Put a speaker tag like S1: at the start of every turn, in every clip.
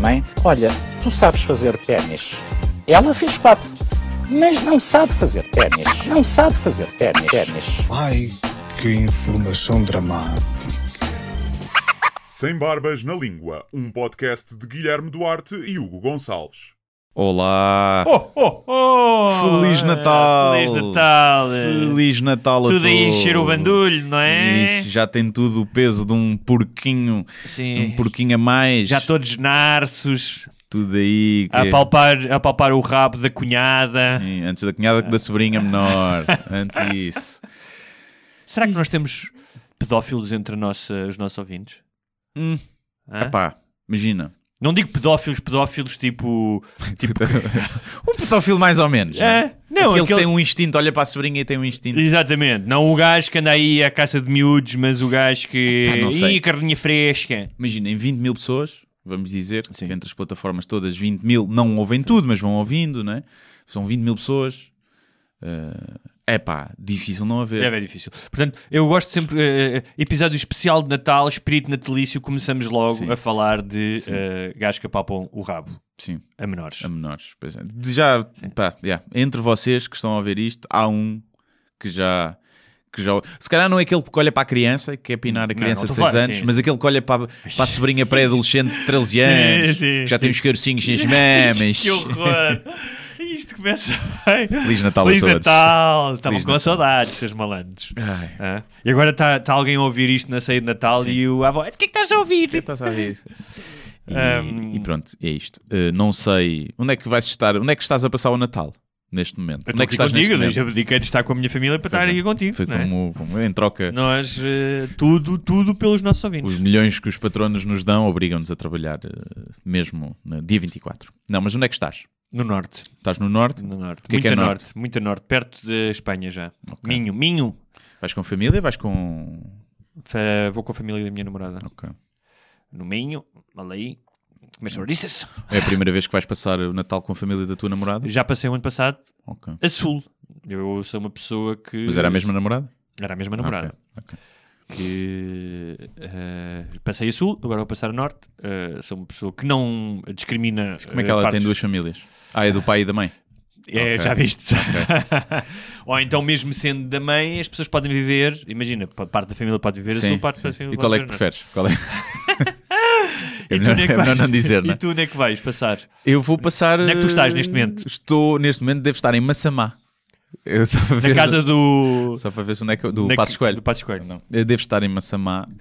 S1: Mãe, olha, tu sabes fazer ténis. Ela fez quatro, mas não sabe fazer ténis. Não sabe fazer ténis. Ténis.
S2: Ai, que informação dramática.
S3: Sem Barbas na Língua, um podcast de Guilherme Duarte e Hugo Gonçalves.
S4: Olá!
S5: Oh, oh, oh!
S4: Feliz
S5: Ah,
S4: Natal!
S5: Feliz Natal!
S4: Feliz Natal a
S5: Tudo a
S4: todos!
S5: encher o bandulho, não é?
S4: Isso já tem tudo o peso de um porquinho,
S5: Sim.
S4: um porquinho a mais.
S5: É. Já todos narços,
S4: Tudo aí.
S5: a palpar, a palpar o rabo da cunhada.
S4: É. Sim, antes da cunhada que da sobrinha menor. antes disso.
S5: Será que nós temos pedófilos entre nós, eh, os nossos ouvintes?
S4: Hum,
S5: Hã?
S4: epá, imagina.
S5: Não digo pedófilos, pedófilos tipo. tipo
S4: Um pedófilo mais ou menos.
S5: É? Não,
S4: aquele,
S5: aquele-
S4: tem um instinto, olha para a sobrinha e tem um instinto.
S5: exatamente, não o gajo que anda aí à caça de miúdos, mas o gajo que.
S4: Epá, não sei.
S5: Ih, carninha fresca.
S4: Imagina, em 20 mil pessoas, vamos dizer,
S5: Sim.
S4: que entre as plataformas todas, 20 mil não ouvem tudo, mas vão ouvindo, né? São 20 mil pessoas. É pá, difícil não haver.
S5: É bem difícil. Portanto, eu gosto sempre. eh, episódio especial de Natal, espírito natalício, começamos logo
S4: Sim.
S5: a falar de
S4: Sim.
S5: eh, gajos que apalpam o rabo
S4: Sim,
S5: a menores.
S4: a menores. pois é. De- Já, pá, yeah, entre vocês que estão a ver isto, há um que já. Que já... Se calhar não é aquele que olha para a criança, que é pinar a
S5: Não,
S4: criança
S5: não,
S4: de
S5: estou
S4: 6
S5: fora,
S4: anos,
S5: sim,
S4: mas
S5: sim.
S4: aquele que olha para, para a sobrinha pré-adolescente de 13 anos,
S5: sim,
S4: que já tem os carocinhos nas
S5: que
S4: mamas.
S5: horror! Isto começa bem.
S4: Feliz Natal a
S5: Feliz
S4: todos.
S5: Natal! Estavam
S4: Feliz
S5: com
S4: Natal.
S5: saudades, seus malandros.
S4: Ai.
S5: Hã? E agora está tá alguém a ouvir isto na saída de Natal
S4: Sim.
S5: e o avó. O que é que estás a ouvir?
S4: Estás a ver? E,
S5: Um,
S4: e pronto, é isto. Uh, não sei onde é que vais estar, onde é que estás a passar o Natal neste momento?
S5: Eu
S4: onde é que
S5: estou aqui tá contigo,
S4: neste
S5: deixa
S4: momento?
S5: abdiquei de estar com a minha família para
S4: Pois
S5: estar
S4: é.
S5: aqui contigo.
S4: Foi
S5: não é?
S4: como, como em troca.
S5: Nós, eh, tudo, tudo pelos nossos ouvintes.
S4: Os milhões que os patronos nos dão obrigam-nos a trabalhar uh, mesmo no dia 24. Não, mas onde é que estás?
S5: No norte.
S4: Estás no norte?
S5: No norte.
S4: que é
S5: muito
S4: que é
S5: a norte? muito a norte, perto da Espanha já. Minho, Minho.
S4: Vais com família? Vais com.
S5: Fa- vou com a família da minha namorada.
S4: Ok.
S5: No Minho, olha aí. Mas chouriças.
S4: É a primeira vez que vais passar o Natal com a família da tua namorada?
S5: Já passei o ano passado
S4: Ok.
S5: a sul. Eu sou uma pessoa que.
S4: Mas era a mesma namorada?
S5: Era a mesma namorada.
S4: Ok, ok.
S5: Que eh, passei a sul, agora vou passar a norte. Eh, sou uma pessoa que não discrimina. eh,
S4: Como é que ela tem duas famílias? Ah, é do pai e da mãe?
S5: É,
S4: Ok.
S5: já viste. Ou então, mesmo sendo da mãe, as pessoas podem viver. Imagina, pa- parte da família pode viver a sul, parte da família
S4: E qual é
S5: pode
S4: que
S5: viver a norte.
S4: preferes? Qual é? é
S5: E tu
S4: melhor,
S5: onde é
S4: é
S5: que
S4: melhor
S5: vais?
S4: não dizer,
S5: E
S4: né?
S5: tu onde é que vais passar?
S4: Eu vou passar.
S5: Onde é que tu estás neste
S4: eh,
S5: momento?
S4: Estou neste momento, devo estar em Massamá. Eu só para
S5: Na
S4: ver-
S5: casa do.
S4: Só para ver se onde é que eu. Do
S5: na-
S4: Passos Coelho.
S5: Do Passos Coelho.
S4: Não. Eu devo estar em Massamá,
S5: Uhum.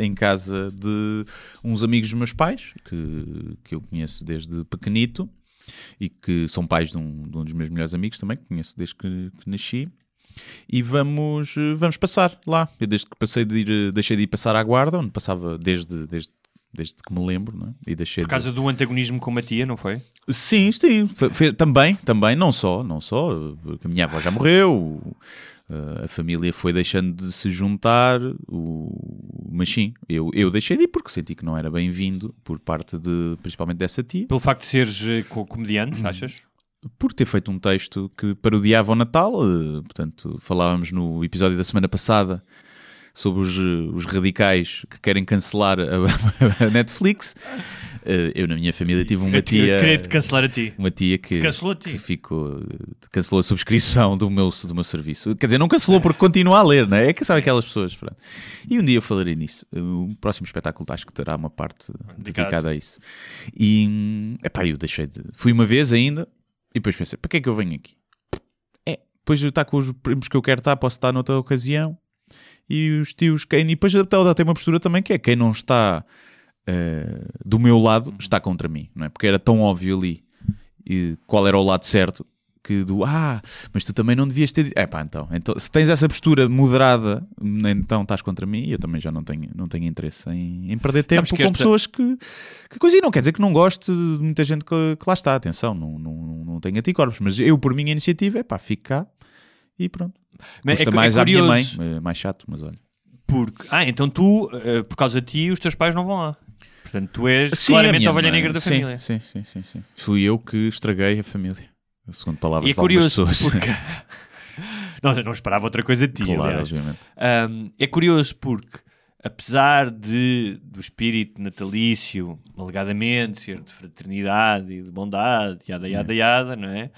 S4: eh, em casa de uns amigos dos meus pais, que, que eu conheço desde pequenito e que são pais de um, de um dos meus melhores amigos também, que conheço desde que, que nasci. E vamos, eh, vamos passar lá. Eu desde que passei de ir, eh, deixei de ir passar à guarda, onde passava desde, desde, desde que me lembro, não é? E deixei
S5: Por causa do antagonismo com a tia, não foi?
S4: Sim, sim. Fe- fe- também, também, não só, não só. A minha avó já morreu, eh, a família foi deixando de se juntar, o... mas sim, eu, eu deixei de ir porque senti que não era bem-vindo por parte de, principalmente dessa tia,
S5: Pelo facto de seres eh, co-
S4: Uhum.
S5: comediante, achas?
S4: por ter feito um texto que parodiava o Natal, eh, portanto, falávamos no episódio da semana passada sobre os, eh, os radicais que querem cancelar a, a Netflix. Eh, Eu, na minha família, tive uma
S5: Eu tinha-
S4: tia...
S5: Queria-te cancelar a ti.
S4: Uma tia que,
S5: Cancelou a ti.
S4: que ficou, eh, cancelou a subscrição do meu, do meu serviço. Quer dizer, não cancelou porque continua a ler, né? É que sabe aquelas pessoas. pronto. E um dia eu falarei nisso. O próximo espetáculo acho que terá uma parte
S5: Dedicado.
S4: dedicada a isso. E hum, epá, eu deixei de. Fui uma vez ainda e depois pensei: para que é que eu venho aqui? É, depois eu estar com os primos que eu quero estar, posso estar noutra ocasião. E os tios, quem. E depois ela tem uma postura também que é quem não está eh,
S5: Uhum.
S4: do meu lado está contra mim, não é? Porque era tão óbvio ali e qual era o lado certo que do ah, mas tu também não devias ter. dito." É pá, então, então, se tens essa postura moderada, então estás contra mim e eu também já não tenho, não tenho interesse em, em perder tempo
S5: Sabes
S4: com
S5: que esta-
S4: pessoas que, que coisa. E não quer dizer que não goste de muita gente que, que lá está, atenção, não, não, não, não tenho anticorpos, mas eu, por minha iniciativa, é pá, fico cá e pronto.
S5: Mas é
S4: Custa
S5: cu-
S4: mais à minha
S5: curioso,
S4: mãe, eh, mais chato, mas olha.
S5: Porque... Ah, então tu, eh, por causa de ti, os teus pais não vão lá. Portanto, tu és
S4: Sim, a
S5: claramente
S4: minha
S5: a ovelha
S4: mãe.
S5: negra da
S4: Sim,
S5: família.
S4: Sim, sim, sim, sim. Fui eu que estraguei a família. Segundo palavras
S5: E é
S4: de algumas
S5: curioso,
S4: pessoas.
S5: porque... não, eu não esperava outra coisa de ti,
S4: claro,
S5: aliás.
S4: obviamente.
S5: Um, é curioso porque, apesar de, do espírito natalício, alegadamente, ser de fraternidade e de bondade, yada, yada, yada, não é?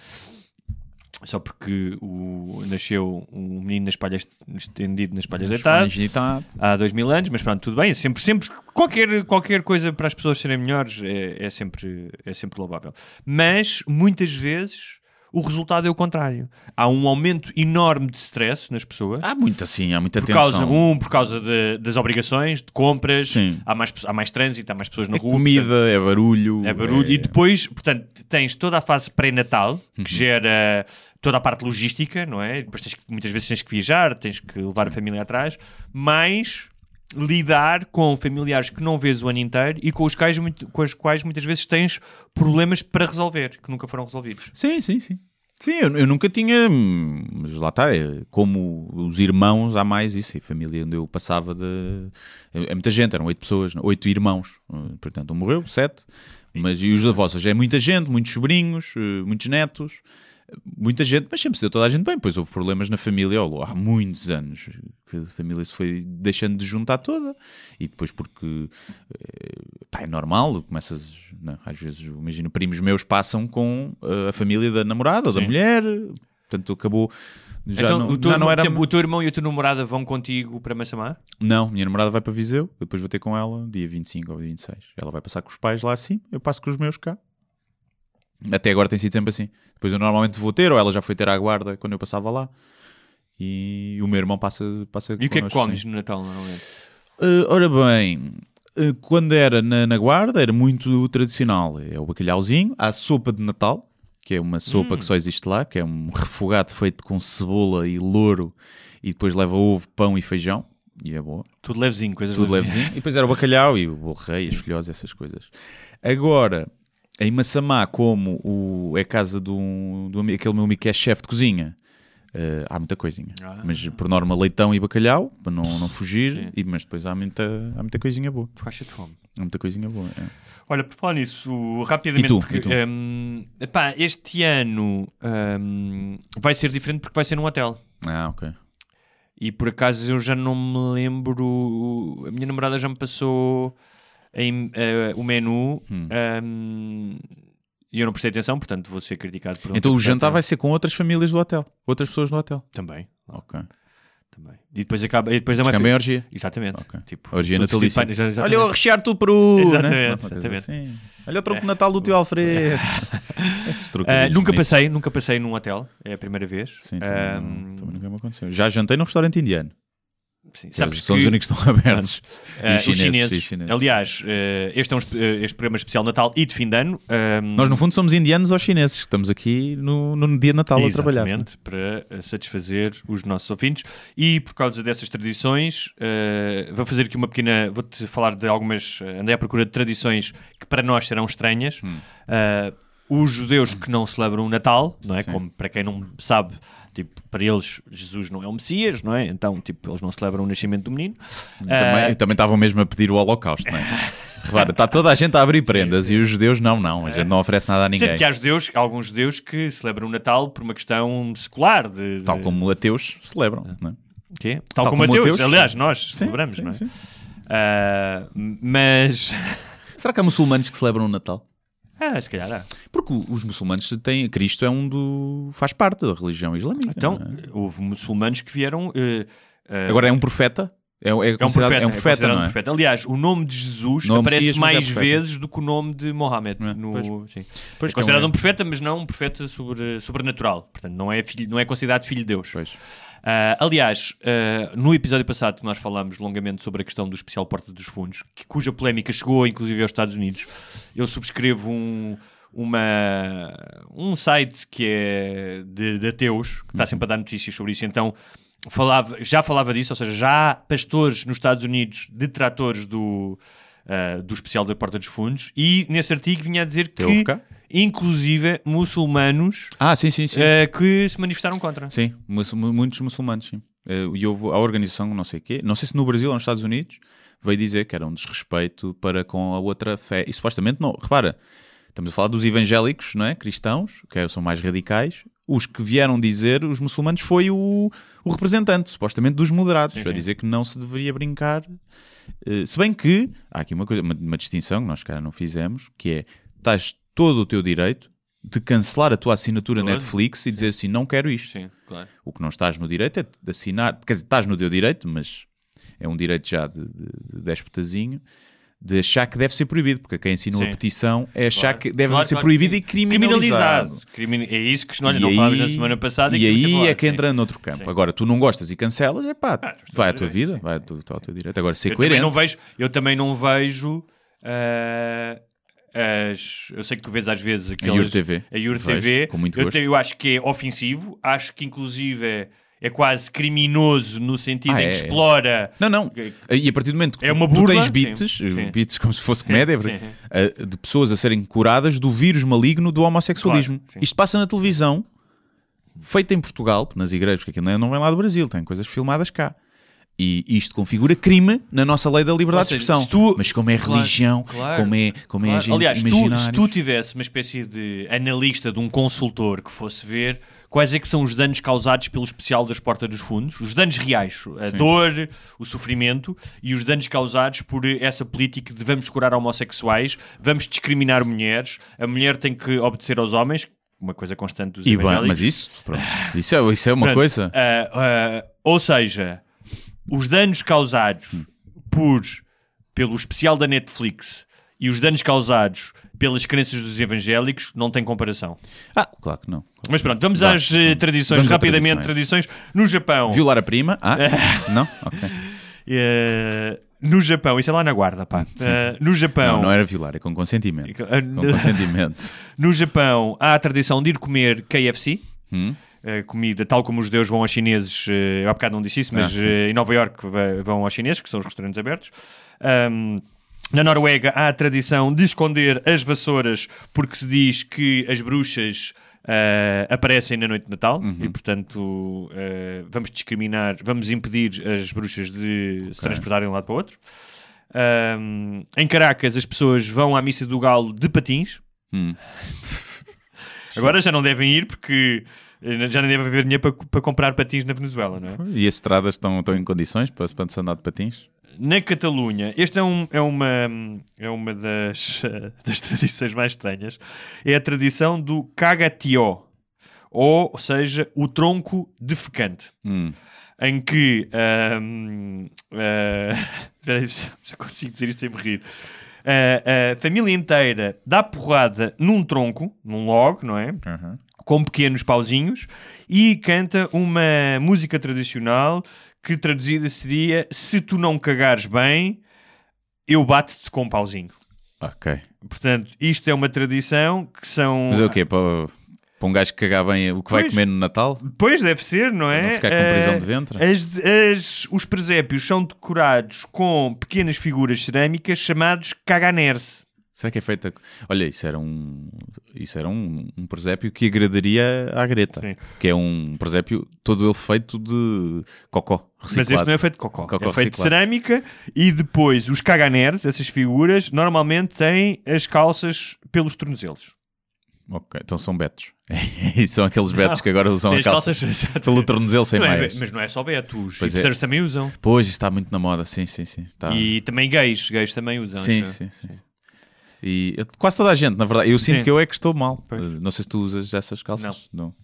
S5: Só porque o, nasceu um menino nas palhas, estendido nas palhas deitadas
S4: Frangitado.
S5: há dois mil anos, mas pronto, tudo bem. Sempre, sempre, qualquer, qualquer coisa para as pessoas serem melhores é, é sempre, é sempre louvável. Mas, muitas vezes, o resultado é o contrário. Há um aumento enorme de stress nas pessoas
S4: Há muito assim, há muita
S5: por
S4: tensão.
S5: causa um por causa de- das obrigações de compras
S4: Sim.
S5: há mais pe- há mais trânsito há mais pessoas na
S4: é
S5: rua portanto,
S4: comida, é barulho.
S5: é barulho e depois portanto tens toda a fase pré-natal que
S4: Uhum.
S5: gera toda a parte logística não é depois tens que, muitas vezes tens que viajar tens que levar a família atrás mas lidar com familiares que não vês o ano inteiro e com os quais muito- com os quais muitas vezes tens problemas para resolver que nunca foram resolvidos
S4: Sim, sim, sim. Sim, eu, eu nunca tinha, hum, mas lá está, é, como os irmãos, há mais isso, e a família onde eu passava de... É, é muita gente, eram oito pessoas, não? oito irmãos, hum, portanto um morreu, sete, mas e os avós, ou seja, é muita gente, muitos sobrinhos, eh, muitos netos, muita gente, mas sempre se deu toda a gente bem, pois houve problemas na família ao longo- há muitos anos, que a família se foi deixando de juntar toda, e depois porque pá, é normal, começas, não, às vezes, imagino, primos meus passam com eh, a família da namorada ou da
S5: Sim.
S4: mulher, portanto acabou, já
S5: então
S4: não,
S5: o, teu,
S4: já
S5: irmão,
S4: não
S5: por
S4: era...
S5: exemplo, o teu irmão e a tua namorada vão contigo para Massamá
S4: Não, minha namorada vai para Viseu, eu depois vou ter com ela dia 25 ou dia 26. Ela vai passar com os pais lá assim, eu passo com os meus cá. Até agora tem sido sempre assim. Depois eu normalmente vou ter, ou ela já foi ter à guarda quando eu passava lá. E o meu irmão passa,
S5: e
S4: passa
S5: o que é que
S4: connosco,
S5: comes
S4: sim.
S5: no Natal normalmente
S4: Eh, ora bem, eh, quando era na, na guarda era muito tradicional. É o bacalhauzinho, há sopa de Natal, que é uma sopa que só existe lá, que é um refogado feito com cebola e louro e depois leva ovo, pão e feijão. E é boa.
S5: Tudo levezinho, coisas
S4: Tudo levezinho. E depois era o bacalhau e o bolo rei, as folhosas, essas coisas. Agora, em Massamá, como o, é casa de um, de um ami- aquele meu amigo que é chefe de cozinha, eh, há muita coisinha.
S5: Ah.
S4: Mas por norma, leitão e bacalhau, para não, não
S5: Sim.
S4: fugir. E, mas depois há muita, há muita coisinha boa.
S5: Tu achas de fome.
S4: Há muita coisinha boa. é.
S5: Olha, por falar nisso, rapidamente,
S4: E tu?
S5: porque,
S4: E tu?
S5: hum, epá, este ano hum, vai ser diferente porque vai ser num hotel.
S4: Ah, ok.
S5: E por acaso eu já não me lembro. A minha namorada já me passou em, eh, o menu hum, e eu não prestei atenção, portanto vou ser criticado por não
S4: Então
S5: ter
S4: o
S5: prestado
S4: jantar vai
S5: atenção.
S4: ser com outras famílias do hotel, outras pessoas no hotel.
S5: Também,
S4: Ok.
S5: também. E depois acaba. E depois dá uma
S4: Também é orgia.
S5: Exatamente.
S4: Ok.
S5: Tipo,
S4: Orgia
S5: tudo vestido
S4: natalícia.
S5: de pai- já-
S4: Olha o
S5: exatamente.
S4: rechear do Peru! né?
S5: Exatamente,
S4: Uma coisa
S5: exatamente.
S4: assim. É. Olha o tronco de Natal do teu Alfredo. Esses
S5: Ah,
S4: trocadilhos
S5: nunca
S4: bonitos.
S5: passei, nunca passei num hotel, é a primeira vez.
S4: Sim,
S5: Ah,
S4: também, não, também nunca me aconteceu. Já jantei num restaurante indiano.
S5: Sim,
S4: que
S5: sabes
S4: são
S5: que,
S4: os únicos que estão abertos.
S5: eh,
S4: E
S5: os chineses,
S4: e chineses.
S5: Aliás, eh, este é um esp- eh, este programa especial de Natal e de fim de ano. ehm,
S4: Nós, no fundo, somos indianos ou chineses. que Estamos aqui no, no dia de Natal a trabalhar. não é?
S5: exatamente, para eh, satisfazer os nossos ouvintes. E por causa dessas tradições, eh, vou fazer aqui uma pequena. Vou-te falar de algumas. eh, Andei à procura de tradições que para nós serão estranhas.
S4: Hum.
S5: Eh, os judeus que não celebram o Natal, não é? Como para quem não sabe, tipo, para eles Jesus não é o Messias, não é? Então, tipo, eles não celebram o nascimento do menino.
S4: Também,
S5: Eh,
S4: também estavam mesmo a pedir o Holocausto, não é? Repara, está toda a gente a abrir prendas e os judeus não, não. A gente não oferece nada a ninguém.
S5: Sendo que há judeus, alguns judeus que celebram o Natal por uma questão secular. De, de-
S4: Tal como ateus celebram, não é?
S5: Quê? Tal, como, ateus. Aliás, nós
S4: Sim,
S5: Ah. celebramos,
S4: sim,
S5: não é?
S4: sim.
S5: Ah, mas.
S4: Será que há muçulmanos que celebram o Natal?
S5: Ah, se calhar há.
S4: Porque o- os muçulmanos têm. Cristo é um do. faz parte da religião islâmica.
S5: Então,
S4: não é?
S5: houve muçulmanos que vieram. eh, eh,
S4: Agora é um profeta? É, é,
S5: é um
S4: considerado-
S5: profeta.
S4: é um profeta,
S5: considerado
S4: não
S5: um
S4: é?
S5: profeta. Aliás, o nome de Jesus
S4: Não é
S5: aparece
S4: Messias, mas é
S5: mais
S4: profeta.
S5: vezes do que o nome de Mohammed.
S4: É,
S5: no- sim. é
S4: Pois, que é um
S5: considerado
S4: erro.
S5: um profeta, mas não um profeta sobre- sobrenatural. Portanto, não é, filho, não é considerado filho de Deus.
S4: Pois.
S5: Ah, aliás, ah, no episódio passado que nós falámos longamente sobre a questão do especial Porta dos Fundos, que- cuja polémica chegou inclusive aos Estados Unidos, eu subscrevo um, uma, um site que é de, de ateus, que
S4: Uhum.
S5: está sempre a dar notícias sobre isso, então falava, já falava disso, ou seja, já há pastores nos Estados Unidos detratores do, ah, do especial da Porta dos Fundos, e nesse artigo vinha a dizer que,
S4: Eu vou ficar.
S5: inclusive, muçulmanos
S4: Ah, sim, sim, sim.
S5: ah, que se manifestaram contra.
S4: Sim, mus- mu- muitos muçulmanos, sim. Eh, E houve a organização, não sei quê, não sei se no Brasil ou nos Estados Unidos, veio dizer que era um desrespeito para com a outra fé. E supostamente não. Repara, estamos a falar dos evangélicos, não é? Cristãos, que são mais radicais. Os que vieram dizer, os muçulmanos, foi o, o representante, supostamente, dos moderados, a dizer que não se deveria brincar. Eh, se bem que há aqui uma, coisa, uma, uma distinção que nós, cara, não fizemos, que é: estás todo o teu direito de cancelar a tua assinatura
S5: Claro.
S4: Netflix e dizer assim, não quero isto.
S5: Sim, claro.
S4: O que não estás no direito é de assinar, quer dizer, estás no teu direito, mas é um direito já de, de, de despotazinho, de achar que deve ser proibido, porque quem assinou
S5: Sim.
S4: a petição é achar
S5: Claro.
S4: que deve
S5: Claro,
S4: ser
S5: claro.
S4: proibido e criminalizado.
S5: Crimin- É isso que nós
S4: E
S5: não
S4: aí-
S5: falámos na semana passada.
S4: E
S5: que vamos ter
S4: aí
S5: falar,
S4: é que
S5: sim.
S4: entra noutro campo.
S5: Sim.
S4: Agora, tu não gostas e cancelas, é pá,
S5: Ah, tu estás
S4: vai à
S5: no
S4: tua
S5: direito,
S4: vida,
S5: sim.
S4: vai ao teu, ao teu direito. Agora, ser
S5: eu
S4: coerente.
S5: Também não vejo, eu também não vejo ah, as. Eu sei que tu vês às vezes aquelas.
S4: IUR-TV.
S5: A IUR
S4: Vejo,
S5: TV.
S4: com muito
S5: eu,
S4: gosto.
S5: te- eu acho que é ofensivo. Acho que inclusive é, é quase criminoso no sentido
S4: Ah,
S5: em que
S4: é, é.
S5: explora.
S4: Não, não. E a partir do momento que
S5: É
S4: tu-
S5: uma
S4: tu
S5: burla,
S4: tens
S5: sim,
S4: beats, eh,
S5: sim.
S4: beats como se fosse comédia,
S5: sim, sim.
S4: eh, de pessoas a serem curadas do vírus maligno do homossexualismo.
S5: Claro, sim.
S4: Isto passa na televisão, feito em Portugal, nas igrejas, porque aquilo não é- não vem lá do Brasil, tem coisas filmadas cá. E isto configura crime na nossa lei da liberdade
S5: Ou
S4: de
S5: seja,
S4: expressão.
S5: se tu-
S4: Mas como é
S5: Claro,
S4: religião,
S5: claro,
S4: como é, como é
S5: Claro.
S4: gente
S5: Aliás, tu,
S4: imaginária.
S5: se tu tivesse uma espécie de analista de um consultor que fosse ver quais é que são os danos causados pelo especial das Portas dos Fundos, os danos reais, a dor, o sofrimento e os danos causados por essa política de vamos curar homossexuais, vamos discriminar mulheres, a mulher tem que obedecer aos homens, uma coisa constante dos
S4: E bem,
S5: evangélicos.
S4: mas isso, pronto, isso é, isso é uma
S5: Pronto,
S4: coisa.
S5: ah, ah, ou seja, os danos causados por, pelo especial da Netflix e os danos causados pelas crenças dos evangélicos não têm comparação.
S4: Ah, claro que não.
S5: Mas pronto, vamos
S4: Vá,
S5: às eh, tradições,
S4: Vamos a
S5: rapidamente tradições. No Japão,
S4: Violar a prima? Ah, não? Ok.
S5: eh, no Japão, isso é lá na guarda, pá. Eh, no Japão,
S4: Não, não era violar, é com consentimento.
S5: Ah,
S4: Com consentimento.
S5: No Japão há a tradição de ir comer KFC. eh, comida, tal como os judeus vão aos chineses, eh, eu há bocado não disse isso, mas
S4: sim.
S5: eh, em Nova Iorque va- vão aos chineses, que são os restaurantes abertos. Ahm, na Noruega há a tradição de esconder as vassouras porque se diz que as bruxas ah, aparecem na noite de Natal e, portanto, ah, vamos discriminar, vamos impedir as bruxas de se transportarem de um lado para o outro. Ahm, em Caracas, as pessoas vão à missa do galo de patins. Agora já não devem ir porque eh, já não deve haver dinheiro para, para comprar patins na Venezuela, não é?
S4: E as estradas estão, estão em condições para se para se andar de patins?
S5: Na Catalunha, esta é, um- é uma, é uma das, eh, das tradições mais estranhas, é a tradição do cagatió, ou, seja, o tronco defecante,
S4: Hum.
S5: em que... ahm, eh, Espera aí, se se eu consigo dizer isto sem me rir. Ah, A- a família inteira dá porrada num tronco, num log, não é?
S4: Uhum.
S5: com pequenos pauzinhos e canta uma música tradicional que traduzida seria Se tu não cagares bem, eu bato-te com um pauzinho. Um
S4: Ok.
S5: Portanto, isto é uma tradição que são.
S4: Mas é o quê? Para, para um gajo que cagar bem o que vai
S5: Pois.
S4: comer no Natal?
S5: Pois deve ser, não é?
S4: Para não ficar com
S5: Eh,
S4: prisão de ventre?
S5: as- as- os presépios são decorados com pequenas figuras cerâmicas chamados caganerse.
S4: Será que é feita. Olha, isso era um. Isso era um, um presépio que agradaria à Greta.
S5: Sim.
S4: Que é um presépio todo ele feito de cocó.
S5: Mas
S4: Reciclado.
S5: este não é feito de cocó.
S4: Cocó
S5: é feito de
S4: reciclado.
S5: cerâmica e depois os caganeres, essas figuras, normalmente têm as calças pelos tornozelos.
S4: Ok, então são betos. e são aqueles betos que agora usam
S5: Tem
S4: a
S5: as
S4: calça.
S5: exato.
S4: Pelo tornozelo sem
S5: Não é,
S4: mais.
S5: Mas não é só Beto, os
S4: Pois é.
S5: hipsters também usam.
S4: Pois, isso está muito na moda. Sim, sim, sim. Está...
S5: E também gays, gays também usam.
S4: Sim,
S5: isso. é-
S4: sim, sim. E eu- quase toda a gente, na verdade. Eu sinto
S5: Sim.
S4: que eu é que estou mal.
S5: Pois.
S4: Uh, Não sei se tu usas essas calças. Não.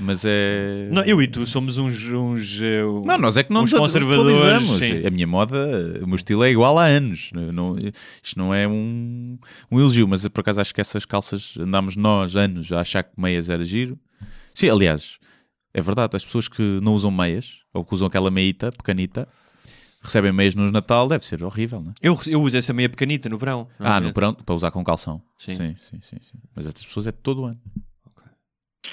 S4: Mas é.
S5: Não, eu e tu somos uns... uns eh,
S4: Não, nós é que não
S5: uns
S4: nos
S5: conservadores.
S4: atualizamos.
S5: sim.
S4: A minha moda, o meu estilo é igual há anos. Não, isto não é um, um elogio, mas eu, por acaso acho que essas calças andámos nós anos a achar que meias era giro. Sim, aliás, é verdade, as pessoas que não usam meias ou que usam aquela meita pequenita recebem meias no Natal, deve ser horrível, né?
S5: Eu, eu uso essa meia pequenita no verão. não
S4: Ah,
S5: é?
S4: no verão, para usar com calção.
S5: Sim.
S4: Sim, sim, sim. sim. Mas estas pessoas é todo o ano.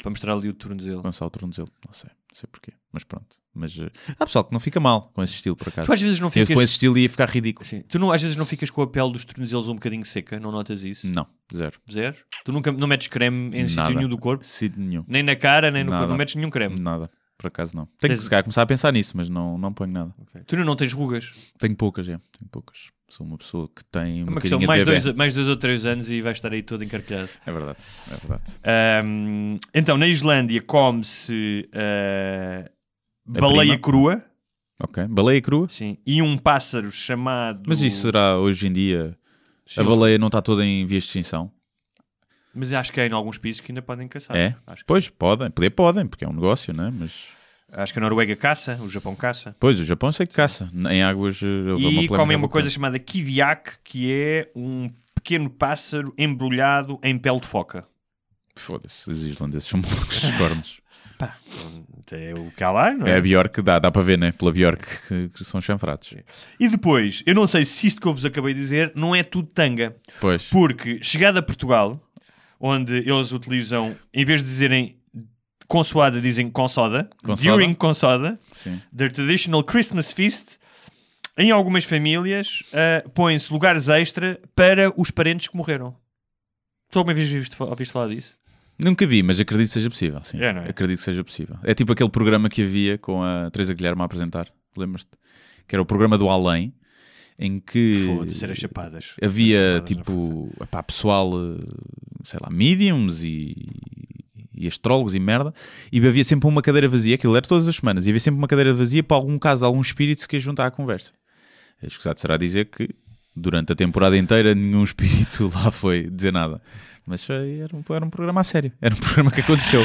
S5: Para mostrar ali o tornozelo.
S4: Lançar o tornozelo, não sei, não sei porquê, mas pronto. Mas eh, há pessoal que não fica mal com esse estilo, por acaso.
S5: Tu às vezes não
S4: Eu com
S5: ficas...
S4: esse estilo ia ficar ridículo.
S5: Sim. Tu não, às vezes não ficas com a pele dos tornozelos um bocadinho seca, não notas isso?
S4: Não, zero.
S5: Zero? Tu nunca não metes creme em
S4: Nada.
S5: sítio nenhum do corpo?
S4: Sítio nenhum.
S5: Nem na cara, nem no
S4: Nada.
S5: corpo. Não metes nenhum creme.
S4: Nada. Por acaso não. Tenho
S5: Tens-
S4: que se calhar começar a pensar nisso, mas não, não ponho nada.
S5: Ok. Tu não tens rugas.
S4: Tenho poucas, é. Tenho poucas. Sou uma pessoa que tem
S5: É
S4: uma,
S5: uma
S4: bocadinha
S5: questão. Mais
S4: Um de bebé.
S5: dois, mais dois ou três anos e vais estar aí todo encarquilhado.
S4: É verdade, é verdade.
S5: Ahm, então, na Islândia come-se ah, baleia
S4: prima.
S5: crua
S4: Ok. Baleia crua?
S5: sim, e um pássaro chamado...
S4: Mas isso será hoje em dia...
S5: Sim,
S4: A baleia não está toda em vias de extinção?
S5: Mas acho que há em alguns países que ainda podem caçar.
S4: É?
S5: Acho que,
S4: Pois, podem. Poder podem, porque é um negócio, não é? Mas...
S5: acho que a Noruega caça, o Japão caça.
S4: Pois, o Japão sei que caça. Em águas... eh, houve
S5: E
S4: polémica
S5: comem uma
S4: brutal.
S5: coisa chamada kiviak, que é um pequeno pássaro embrulhado em pele de foca.
S4: Foda-se, os islandeses são malucos os cornos.
S5: É o que há lá, não
S4: É
S5: é?
S4: a Bjork, que dá, dá para ver, né? Pela Bjork que, que são chanfrados.
S5: E depois, eu não sei se isto que eu vos acabei de dizer não é tudo tanga.
S4: Pois.
S5: Porque, chegado a Portugal, onde eles utilizam, em vez de dizerem consoada, dizem consoda.
S4: Consoda.
S5: During consoda,
S4: Sim.
S5: the traditional Christmas feast, em algumas famílias, ah, põem-se lugares extra para os parentes que morreram. Tu alguma vez ouviste, fa- ouviste falar disso?
S4: Nunca vi, mas acredito que seja possível, sim.
S5: É, não é?
S4: Acredito que seja possível. É tipo aquele programa que havia com a Teresa Guilherme a apresentar, lembras-te? Que era o programa do Além, em que
S5: Foda-se, era chapadas.
S4: havia
S5: Chapadas, não
S4: tipo epá, pessoal, eh, sei lá, mediums e, e astrólogos e merda, e havia sempre uma cadeira vazia, aquilo era todas as semanas, e havia sempre uma cadeira vazia para algum caso, algum espírito se quer juntar à conversa. Escusado será dizer que durante a temporada inteira nenhum espírito lá foi dizer nada. Mas eh, era um, era um programa a sério. Era um programa que aconteceu.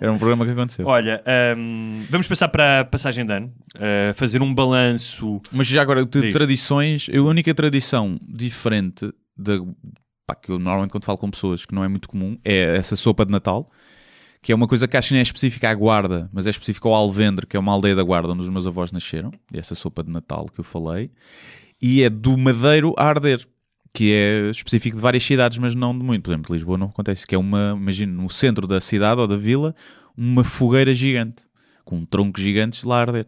S4: Era um programa que aconteceu.
S5: Olha, ahm, vamos passar para a passagem de ano, ah, fazer um balanço.
S4: Mas já agora, de
S5: Diz.
S4: tradições, eu- a única tradição diferente da pá, que eu normalmente quando falo com pessoas que não é muito comum é essa sopa de Natal, que é uma coisa que acho que não é específica à Guarda, mas é específica ao Alvendre, que é uma aldeia da Guarda onde os meus avós nasceram, e essa sopa de Natal que eu falei, e é do Madeiro a arder. Que é específico de várias cidades, mas não de muito. Por exemplo, Lisboa não acontece. Que é uma, imagino, no centro da cidade ou da vila, uma fogueira gigante, com troncos gigantes lá a arder.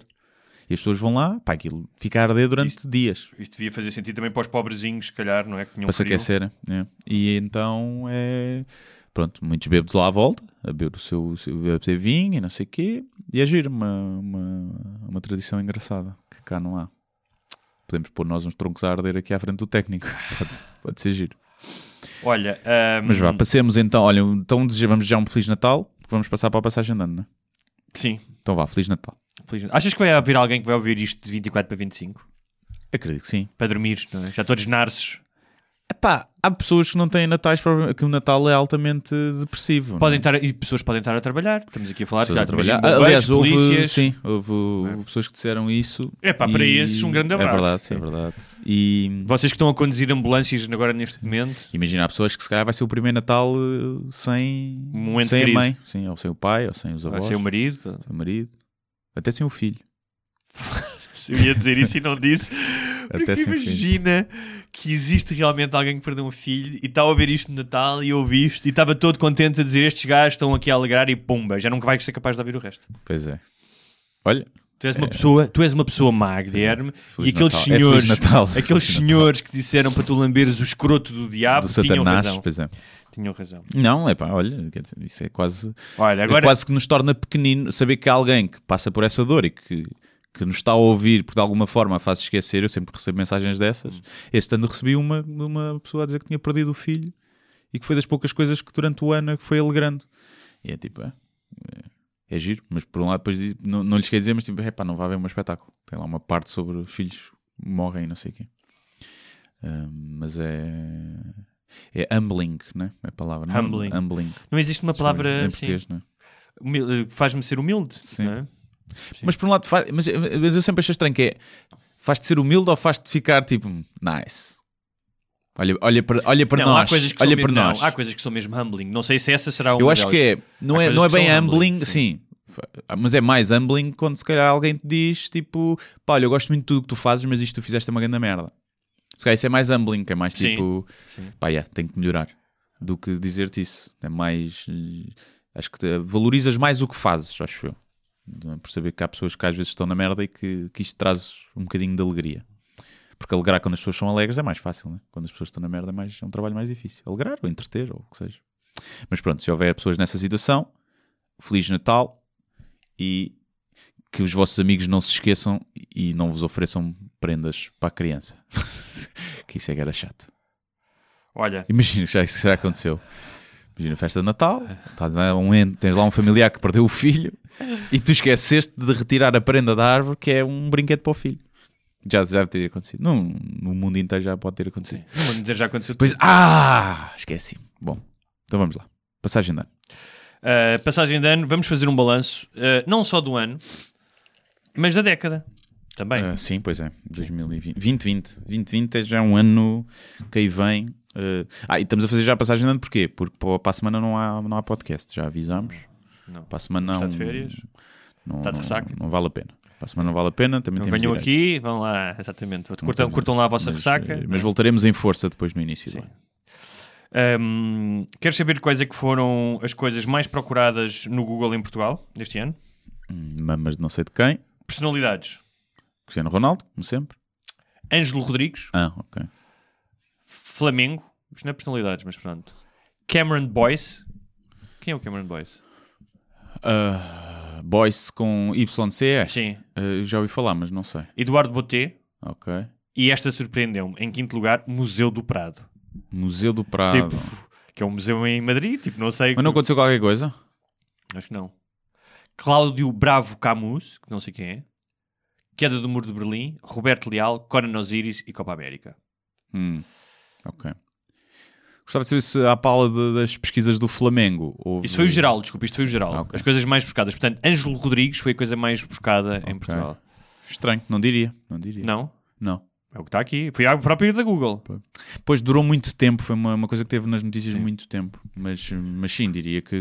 S4: E as pessoas vão lá, pá, aquilo fica a arder durante dias
S5: Isto devia fazer sentido também para os pobrezinhos, se calhar, não é? Que tinham
S4: para se
S5: frio.
S4: aquecerem. né? E então é. Pronto, muitos bêbados lá à volta, a beber o seu, o seu, o seu vinho e não sei o quê. E agir, uma, uma, uma tradição engraçada que cá não há. Podemos pôr nós uns troncos a arder aqui à frente do técnico. Pode, pode ser giro.
S5: Olha, ehm, ahm,
S4: Mas vá, passemos então. Olha, então deseja- vamos já um Feliz Natal, porque vamos passar para a passagem de ano, né?
S5: sim.
S4: Então vá, Feliz Natal.
S5: Felizmente. Achas que vai haver alguém que vai ouvir isto de 24 para 25?
S4: Acredito que sim.
S5: Para dormir, não é? Já todos narces.
S4: Epá, há pessoas que não têm natais, prova- que o Natal é altamente depressivo. não é?
S5: Podem estar, e pessoas podem estar a trabalhar. Estamos aqui a falar.
S4: pessoas a
S5: já,
S4: trabalhar. Ah,
S5: imagino,
S4: Aliás,
S5: bombeiros,
S4: houve,
S5: polícias.
S4: sim, houve houve pessoas que disseram isso.
S5: Epá, para esses, um grande abraço.
S4: É verdade,
S5: Sim.
S4: é verdade. E
S5: Vocês que estão a conduzir ambulâncias agora neste momento.
S4: imagina, há pessoas que se calhar vai ser o primeiro Natal eh, sem,
S5: Um ente
S4: sem a
S5: querido.
S4: mãe, sim, ou sem o pai, ou sem os
S5: Vai
S4: avós,
S5: ser o marido.
S4: sem o marido, até sem o filho.
S5: Eu ia dizer isso e não disse. Porque
S4: Até sem filho.
S5: imagina que existe realmente alguém que perdeu um filho e está a ouvir isto no Natal e ouve isto e estava todo contente a dizer estes gajos estão aqui a alegrar e pumba, já nunca vai ser capaz de ouvir o resto.
S4: Pois é. Olha,
S5: Tu és uma pessoa, tu és uma pessoa má, Guilherme, e
S4: Feliz
S5: aqueles
S4: Natal. É
S5: senhores,
S4: Feliz Natal.
S5: aqueles
S4: Feliz
S5: senhores que disseram para tu lamberes o escroto do diabo
S4: do
S5: Ah, tinham
S4: Satanás,
S5: razão.
S4: pois é.
S5: Tinham razão.
S4: Não, é pá, olha, quer dizer, isso é quase,
S5: Olha, agora
S4: é quase que nos torna pequenino saber que há alguém que passa por essa dor e que, que nos está a ouvir porque de alguma forma a faz esquecer. Eu sempre recebo mensagens dessas.
S5: Hum.
S4: Este ano recebi uma de uma pessoa a dizer que tinha perdido o filho e que foi das poucas coisas que durante o ano foi alegrando. E é tipo, é, é, é giro, mas por um lado depois diz- não, não lhes quer dizer, mas tipo, é pá, não vai haver um espetáculo. Tem lá uma parte sobre filhos que morrem e não sei o quê. Ah, mas é. É humbling, né? É a palavra. não é?
S5: Humbling.
S4: Humbling.
S5: não existe uma palavra
S4: Em
S5: assim,
S4: português, né?
S5: humil- faz-me ser humilde,
S4: Sim.
S5: não é?
S4: Mas por um lado, faz, mas, mas eu sempre achei estranho que é faz-te ser humilde ou faz-te ficar tipo nice? Olha, olha para, olha para
S5: não, há
S4: nós.
S5: coisas que
S4: olha
S5: são
S4: para
S5: mesmo,
S4: nós.
S5: Não, há coisas que são mesmo humbling. Não sei se essa será uma
S4: eu acho
S5: delas.
S4: que é, não,
S5: há
S4: é,
S5: coisas
S4: não é
S5: que são
S4: bem
S5: humbling,
S4: humbling,
S5: sim.
S4: sim. Mas é mais humbling quando se calhar alguém te diz tipo, pá, olha, eu gosto muito de tudo o que tu fazes, mas isto que tu fizeste é uma grande merda. Se calhar isso é mais humbling, que é mais
S5: Sim.
S4: tipo, pá, yeah, tenho que melhorar do que dizer-te isso. É mais. eh, Acho que te- valorizas mais o que fazes, acho eu. Não é? Por saber que há pessoas que às vezes estão na merda e que, que isto traz um bocadinho de alegria. Porque alegrar quando as pessoas são alegres é mais fácil, né? Quando as pessoas estão na merda é, mais, é um trabalho mais difícil. Alegrar ou entreter ou o que seja. Mas pronto, se houver pessoas nessa situação, Feliz Natal e que os vossos amigos não se esqueçam e não vos ofereçam prendas para a criança. que isso é que era chato.
S5: Olha,
S4: Imagina que já, isso já aconteceu. Imagina festa de Natal, estás lá um ente, tens lá um familiar que perdeu o filho e tu esqueceste de retirar a prenda da árvore que é um brinquedo para o filho. Já já deve ter acontecido. Não, no mundo inteiro já pode ter acontecido.
S5: quando já aconteceu.
S4: Depois, ah, esqueci. Bom, então vamos lá. Passagem de ano.
S5: Uh, passagem de ano, vamos fazer um balanço, uh, não só do ano, mas da década também.
S4: Ah, sim, pois é, 2020. 2020. 2020 é já um ano que aí vem. eh, ah, e estamos a fazer já a passagem de ano porquê? Porque pô- para a semana não há, não há podcast, já avisámos.
S5: Não.
S4: Para a semana
S5: Está de
S4: um-
S5: férias.
S4: Não,
S5: Está de
S4: não-
S5: ressaca.
S4: Não, vale a pena. Para a semana não vale a pena. Também
S5: Então
S4: temos
S5: venham
S4: direito.
S5: aqui, vão lá, exatamente.
S4: Não
S5: Curtam,
S4: temos-
S5: curtam lá a vossa
S4: mas,
S5: ressaca.
S4: eh, Mas voltaremos em força depois no início. do
S5: Sim.
S4: ano.
S5: Um, queres saber quais é que foram as coisas mais procuradas no Google em Portugal neste ano?
S4: Hum, Mamas de não sei de quem.
S5: Personalidades.
S4: Cristiano Ronaldo, como sempre.
S5: Ângelo Rodrigues,
S4: Ah, ok.
S5: Flamengo. Isto não é personalidades, mas pronto. Cameron Boyce. Quem é o Cameron Boyce?
S4: Ah, Boyce com YC. acho.
S5: Sim.
S4: Ah, já ouvi falar, mas não sei.
S5: Eduardo Boté.
S4: Ok.
S5: E esta surpreendeu-me. Em quinto lugar, Museu do Prado.
S4: Museu do Prado.
S5: Tipo, que é um museu em Madrid. Tipo, não sei.
S4: Mas não aconteceu qualquer coisa?
S5: Acho que não. Cláudio Bravo Camus, que não sei quem é. Queda do Muro de Berlim, Roberto Leal, Conan Osiris e Copa América.
S4: Hum, ok. Gostava de saber se à pala de- das pesquisas do Flamengo. Houve...
S5: Isto foi o geral, desculpa, isto foi o geral.
S4: Ah, ok.
S5: As coisas mais buscadas. Portanto, Ângelo Rodrigues foi a coisa mais buscada em
S4: Ok.
S5: Portugal.
S4: Estranho, não diria. Não diria.
S5: Não?
S4: Não.
S5: É o que está aqui. Foi algo próprio da Google.
S4: Pois durou muito tempo, foi uma, uma coisa que teve nas notícias muito tempo. Mas, mas sim, diria que.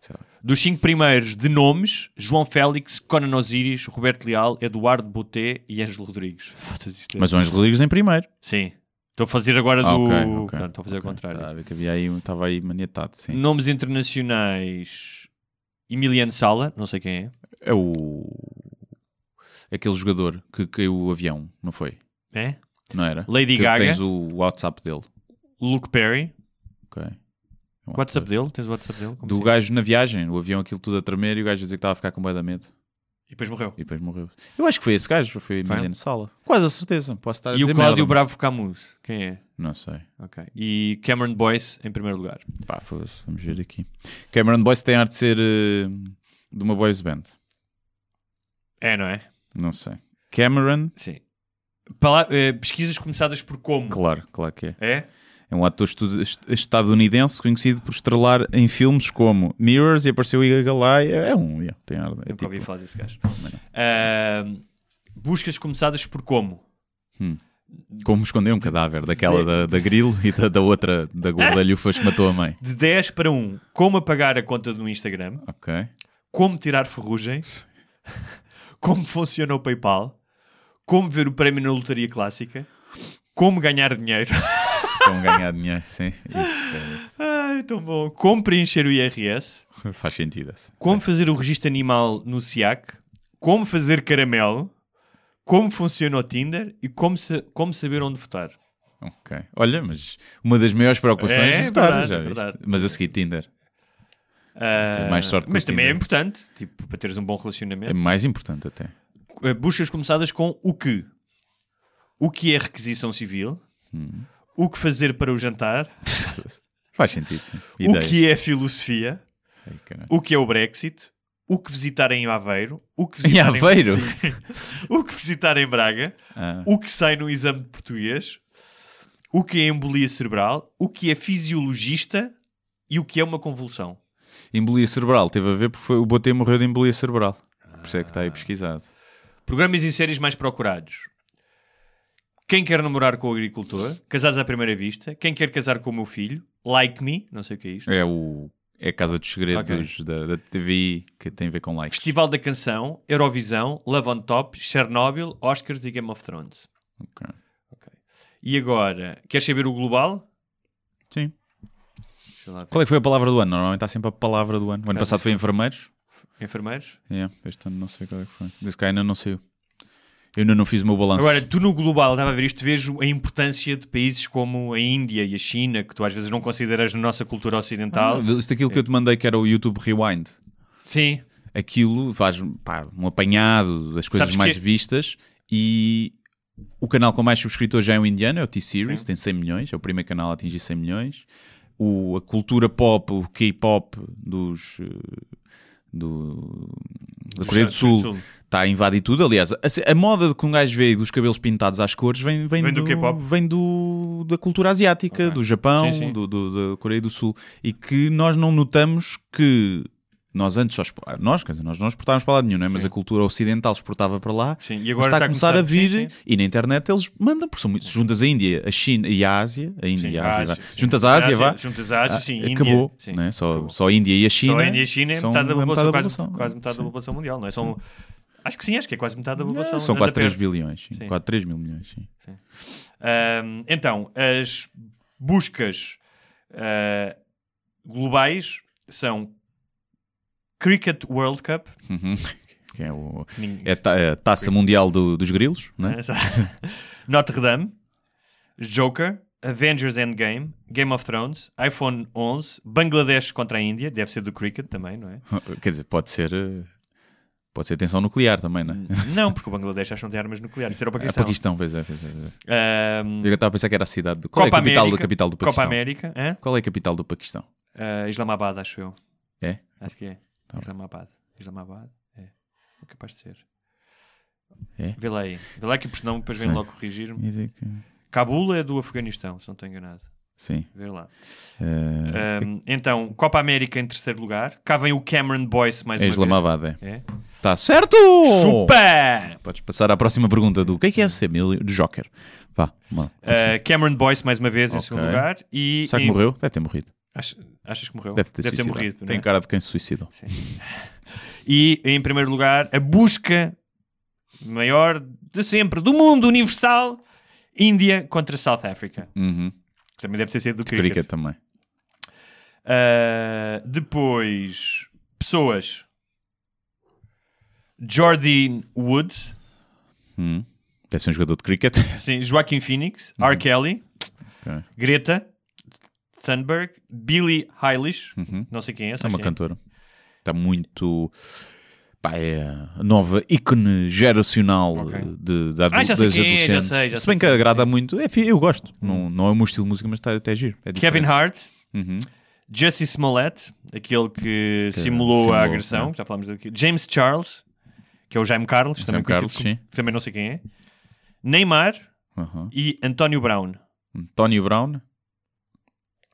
S4: sei lá.
S5: Dos cinco primeiros de nomes, João Félix, Conan Osiris, Roberto Leal, Eduardo Boté e Ângelo Rodrigues. Foda-se, isto é-
S4: Mas o Ângelo Rodrigues em primeiro.
S5: Sim. Estou a fazer agora do...
S4: Ah, ok, ok,
S5: Portanto, estou a fazer
S4: ok.
S5: ao contrário.
S4: Estava a ver que havia aí, estava aí maniatado, sim.
S5: Nomes internacionais... Emiliano Sala, não sei quem é.
S4: É o. Aquele jogador que caiu o avião, não foi?
S5: É?
S4: Não era?
S5: Lady
S4: Que
S5: Gaga.
S4: Tens o WhatsApp dele.
S5: Luke Perry.
S4: Ok. É um
S5: O WhatsApp
S4: ator.
S5: dele? Tens o WhatsApp dele? Como
S4: Do
S5: assim?
S4: gajo na viagem, o avião aquilo tudo a tremer e o gajo a dizer que estava a ficar com bué da medo.
S5: E depois morreu.
S4: E depois morreu. Eu acho que foi esse gajo, foi
S5: Foi?
S4: Emiliano Sala. Quase a certeza. Posso estar a
S5: E
S4: dizer
S5: o Cláudio
S4: merda,
S5: Bravo Camus. Quem é?
S4: mas- Não sei.
S5: Ok. E Cameron Boyce em primeiro lugar.
S4: Pá, foda-se. Vamos ver aqui. Cameron Boyce tem arte de ser eh, de uma boys band.
S5: É, não é?
S4: Não sei. Cameron,
S5: Sim. Pala- eh, pesquisas começadas por como?
S4: claro, claro que é.
S5: É?
S4: É um ator estu- est- estadunidense conhecido por estrelar em filmes como Mirrors e apareceu Iga Galaia. É um, yeah, tem arte. É
S5: Nunca ouvi
S4: tipo-
S5: falar desse gajo.
S4: Também não.
S5: Ahm, buscas começadas por como?
S4: Como esconder um cadáver daquela da, da grilo e da, da outra, da gordalhufas que matou a mãe.
S5: De 10 para 1. Como apagar a conta do Instagram?
S4: Ok.
S5: Como tirar ferrugem? Como funciona o PayPal? Como ver o prémio na lotaria clássica? Como ganhar dinheiro?
S4: Estão a ganhar dinheiro, sim. Isso,
S5: Ai, tão bom. Como preencher o IRS?
S4: é, faz sentido. essa.
S5: Como fazer o registro animal no SIAC? Como fazer caramelo? Como funciona o Tinder? E como, sa- como saber onde votar?
S4: Ok. Olha, mas uma das maiores preocupações
S5: É,
S4: é, votar,
S5: verdade,
S4: já
S5: é
S4: viste?
S5: verdade.
S4: Mas a seguir, Tinder.
S5: Ah,
S4: mais sorte que
S5: mas
S4: o
S5: também é
S4: Tinder.
S5: importante, tipo, para teres um bom
S4: É
S5: relacionamento.
S4: mais importante até.
S5: Eh, Buscas começadas com o que? O que é requisição civil?
S4: Hum.
S5: O que fazer para o jantar?
S4: Faz sentido, sim.
S5: O que é filosofia?
S4: Ai, caralho.
S5: O que é o Brexit? O que visitar em Aveiro? O que
S4: Em
S5: visitar
S4: Aveiro?
S5: Sim. o que visitar em Braga?
S4: Ah.
S5: O que sai no exame de português? O que é embolia cerebral? O que é fisiologista? E o que é uma convulsão?
S4: Embolia cerebral. Teve a ver porque foi, o Botê morreu de embolia cerebral. Por isso é que
S5: Ah.
S4: está aí pesquisado.
S5: Programas e séries mais procurados. Quem quer namorar com o agricultor? Casados à primeira vista? Quem quer casar com o meu filho? Like Me? Não sei o que é isto.
S4: É o É a Casa dos Segredos da, da TVI, que tem a ver com likes.
S5: Festival da Canção, Eurovisão, Love on Top, Chernobyl, Oscars e Game of Thrones.
S4: Ok.
S5: E agora, queres saber o global?
S4: Sim.
S5: Deixa eu lá ver.
S4: Qual é que foi a palavra do ano? Normalmente está sempre a palavra do ano. O ano
S5: Cara,
S4: passado foi
S5: sim.
S4: enfermeiros.
S5: Enfermeiros?
S4: É, este ano não sei qual é que foi. Desse cá ainda não saiu. Eu ainda não fiz o meu balanço.
S5: Agora, é tu no global, estava a ver isto, vejo a importância de países como a Índia e a China, que tu às vezes não consideras na nossa cultura ocidental.
S4: Ah, isto aquilo que eu te mandei que era o YouTube Rewind.
S5: Sim,
S4: Aquilo faz pá, um apanhado das coisas
S5: Sabes
S4: mais
S5: que-
S4: vistas e o canal com mais subscritores já é o indiano, é o T-Series, tem 100 milhões, é o primeiro canal a atingir 100 milhões. O, a cultura pop, o K-pop dos... eh, Do, da Coreia do Sul está Tá a invadir tudo. Aliás, a, se- a moda que um gajo vê dos cabelos pintados às cores vem, vem,
S5: Vem do K-pop?
S4: Vem do, da cultura asiática, do Japão,
S5: Sim, sim.
S4: do- do- da Coreia do Sul. E que nós não notamos que nós antes só expo- ah, nós, quer dizer, nós não exportávamos para lá nenhum, não é? mas a cultura ocidental exportava para lá.
S5: Sim, e
S4: mas
S5: agora
S4: está,
S5: está
S4: a começar a vir
S5: sim, sim.
S4: e na internet eles mandam, porque são muito- juntas a Índia, a China e a Ásia, a Índia
S5: Sim,
S4: e a
S5: a
S4: Ásia,
S5: Ásia,
S4: vá.
S5: sim.
S4: juntas a Ásia, vá.
S5: Juntas a Ásia, sim,
S4: Ah,
S5: Índia,
S4: acabou,
S5: sim,
S4: né? só,
S5: acabou.
S4: só a Índia e a China.
S5: Só a Índia e a China é
S4: são
S5: metade da população,
S4: metade da
S5: quase,
S4: população.
S5: quase metade
S4: Sim.
S5: da população mundial, não é? São, acho que sim, acho que é quase metade da
S4: Não,
S5: população.
S4: são
S5: anda
S4: quase 3
S5: perto.
S4: bilhões, sim.
S5: Sim.
S4: quase 3 mil milhões. Sim.
S5: Ahm, então, as buscas ah, globais são Cricket World Cup.
S4: Uhum. Que é, o-
S5: Ninguém-
S4: é a ta- é a taça mundial do- dos grilos, não é?
S5: Notre Dame, Joker, Avengers Endgame, Game of Thrones, iPhone 11, Bangladesh contra a Índia, deve ser do cricket também, não é?
S4: Quer dizer, pode ser, eh, pode ser tensão nuclear também, não é?
S5: não, porque o Bangladesh acho que não tem armas nucleares, isso era o
S4: É
S5: Hum. Paquistão.
S4: Paquistão, pois é, pois é, pois é.
S5: Ahm,
S4: Eu estava a pensar que era a cidade do. Qual é a capital, do, capital do
S5: Copa
S4: Paquistão?
S5: América, hã?
S4: Qual é a capital do Paquistão?
S5: Ah, Islamabad, acho eu.
S4: É?
S5: Acho que é.
S4: Tá bem.
S5: Islamabad. Islamabad, é. É capaz de ser.
S4: É?
S5: Vê lá aí. Vê lá que por senão depois vem
S4: Sim.
S5: logo corrigir-me.
S4: Ia dizer que-
S5: Cabul é do Afeganistão, se não estou enganado.
S4: Sim.
S5: Vê lá.
S4: eh,
S5: Ahm, então, Copa América em terceiro lugar. Cá vem o Cameron Boyce mais
S4: é
S5: uma
S4: Islamabad, é.
S5: vez. É.
S4: Está certo!
S5: Chupa!
S4: Podes passar à próxima pergunta do. O que é que é ser milho? Do Joker. Vá, mal.
S5: Ah, Cameron Boyce mais uma vez em
S4: Ok.
S5: segundo lugar. E,
S4: Será que
S5: e-
S4: morreu? Deve ter morrido.
S5: Ach- achas que morreu?
S4: Deve ter, suicidado.
S5: morrido. não
S4: Tem
S5: é?
S4: cara de quem se suicidou.
S5: E, em primeiro lugar, a busca maior de sempre do mundo universal, Índia contra South Africa.
S4: Uhum.
S5: Que Também deve ter sido do cricket.
S4: Cricket também.
S5: Ah, depois, pessoas. Jordan Woods,
S4: Hum. Deve ser um jogador de cricket.
S5: sim, Joaquim Phoenix, R. Kelly,
S4: Uhum. Ok.
S5: Greta Thunberg, Billie Eilish,
S4: Uhum.
S5: não sei quem é,
S4: É
S5: sabes
S4: uma
S5: quem é?
S4: cantora. Está muito. Pá, é a nova ícone geracional
S5: Ok.
S4: de, da adu-
S5: Ah, já sei
S4: das
S5: quem é, já
S4: adolescentes.
S5: sei, já
S4: Se
S5: sei
S4: bem que
S5: quem é,
S4: agrada
S5: sim. Hum.
S4: muito. É, fi- eu gosto. Não, não é o meu estilo de música, mas está até giro. É
S5: Kevin
S4: diferente.
S5: Hart,
S4: Uhum.
S5: Jesse Smollett, aquele que,
S4: Que
S5: simulou,
S4: simulou,
S5: a agressão,
S4: né?
S5: que já falámos daqui. James Charles, que é o Jaime Carlos, também
S4: Jaime Carlos,
S5: conhecido como-
S4: sim.
S5: que também não sei quem é. Neymar
S4: Uhum.
S5: e António Brown.
S4: Tony Brown.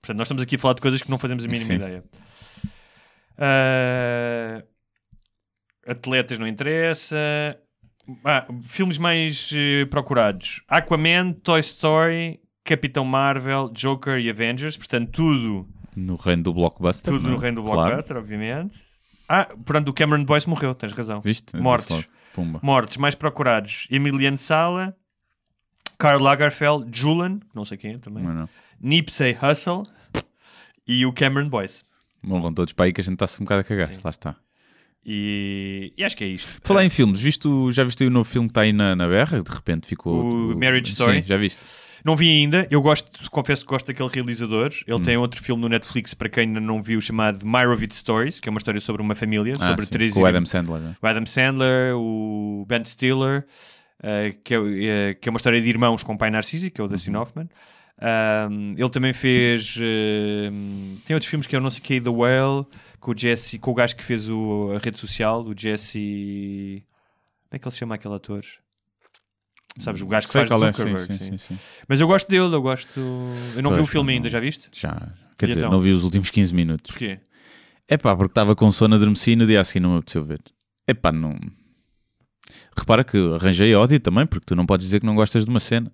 S5: Portanto, nós estamos aqui a falar de coisas que não fazemos a mínima
S4: Sim.
S5: ideia. Ah, atletas não interessa. Ah, filmes mais eh, procurados: Aquaman, Toy Story, Capitão Marvel, Joker e Avengers. Portanto, tudo
S4: No reino do blockbuster.
S5: Tudo
S4: não é?
S5: no reino do
S4: Claro.
S5: blockbuster, obviamente. Ah, portanto, o Cameron Boyce morreu, tens razão.
S4: Viste?
S5: Mortes.
S4: Disse logo. Pumba.
S5: Mortes mais procurados: Emiliano Sala, Karl Lagerfeld, Julan, não sei quem é também,
S4: Não, não.
S5: Nipsey Hussle e o Cameron Boyce.
S4: Morram todos para aí que a gente está-se um bocado a cagar. Lá está.
S5: E, e acho que é isto.
S4: Por Falar em filmes, viste, o- já viste aí o novo filme que está aí na, na berra? De repente ficou.
S5: O Marriage Story?
S4: Sim, já viste.
S5: Não vi ainda, eu gosto, confesso que gosto daquele realizador. Ele
S4: Hum.
S5: tem outro filme no Netflix, para quem ainda não viu, chamado Myrovitz Stories, que é uma história sobre uma família,
S4: Ah,
S5: sobre
S4: sim,
S5: três
S4: com o
S5: irmãos.
S4: Adam Sandler. né?
S5: o Adam Sandler, o Ben Stiller, eh, que, é, eh, que é uma história de irmãos com o pai narcísico, que é o Dustin
S4: Uhum.
S5: Hoffman. Ahm, ele também fez. eh, tem outros filmes que eu não sei que é The Whale, com o Jesse, com o gajo que fez o- a rede social, o Jesse. Como é que ele se chama aquele ator? Sabes, o gajo que
S4: Sei
S5: faz
S4: qual é,
S5: Zuckerberg.
S4: sim, sim,
S5: sim.
S4: sim, sim.
S5: Mas eu gosto dele, eu gosto. Eu não vi o
S4: Pois,
S5: filme
S4: não.
S5: ainda, já viste?
S4: Já. Quer
S5: E
S4: dizer,
S5: então?
S4: não vi os últimos 15 minutos.
S5: Porquê?
S4: É pá, porque estava com sono, adormeci e no dia a seguir não me apeteceu ver. É pá, não. Repara que arranjei ódio também, porque tu não podes dizer que não gostas de uma cena.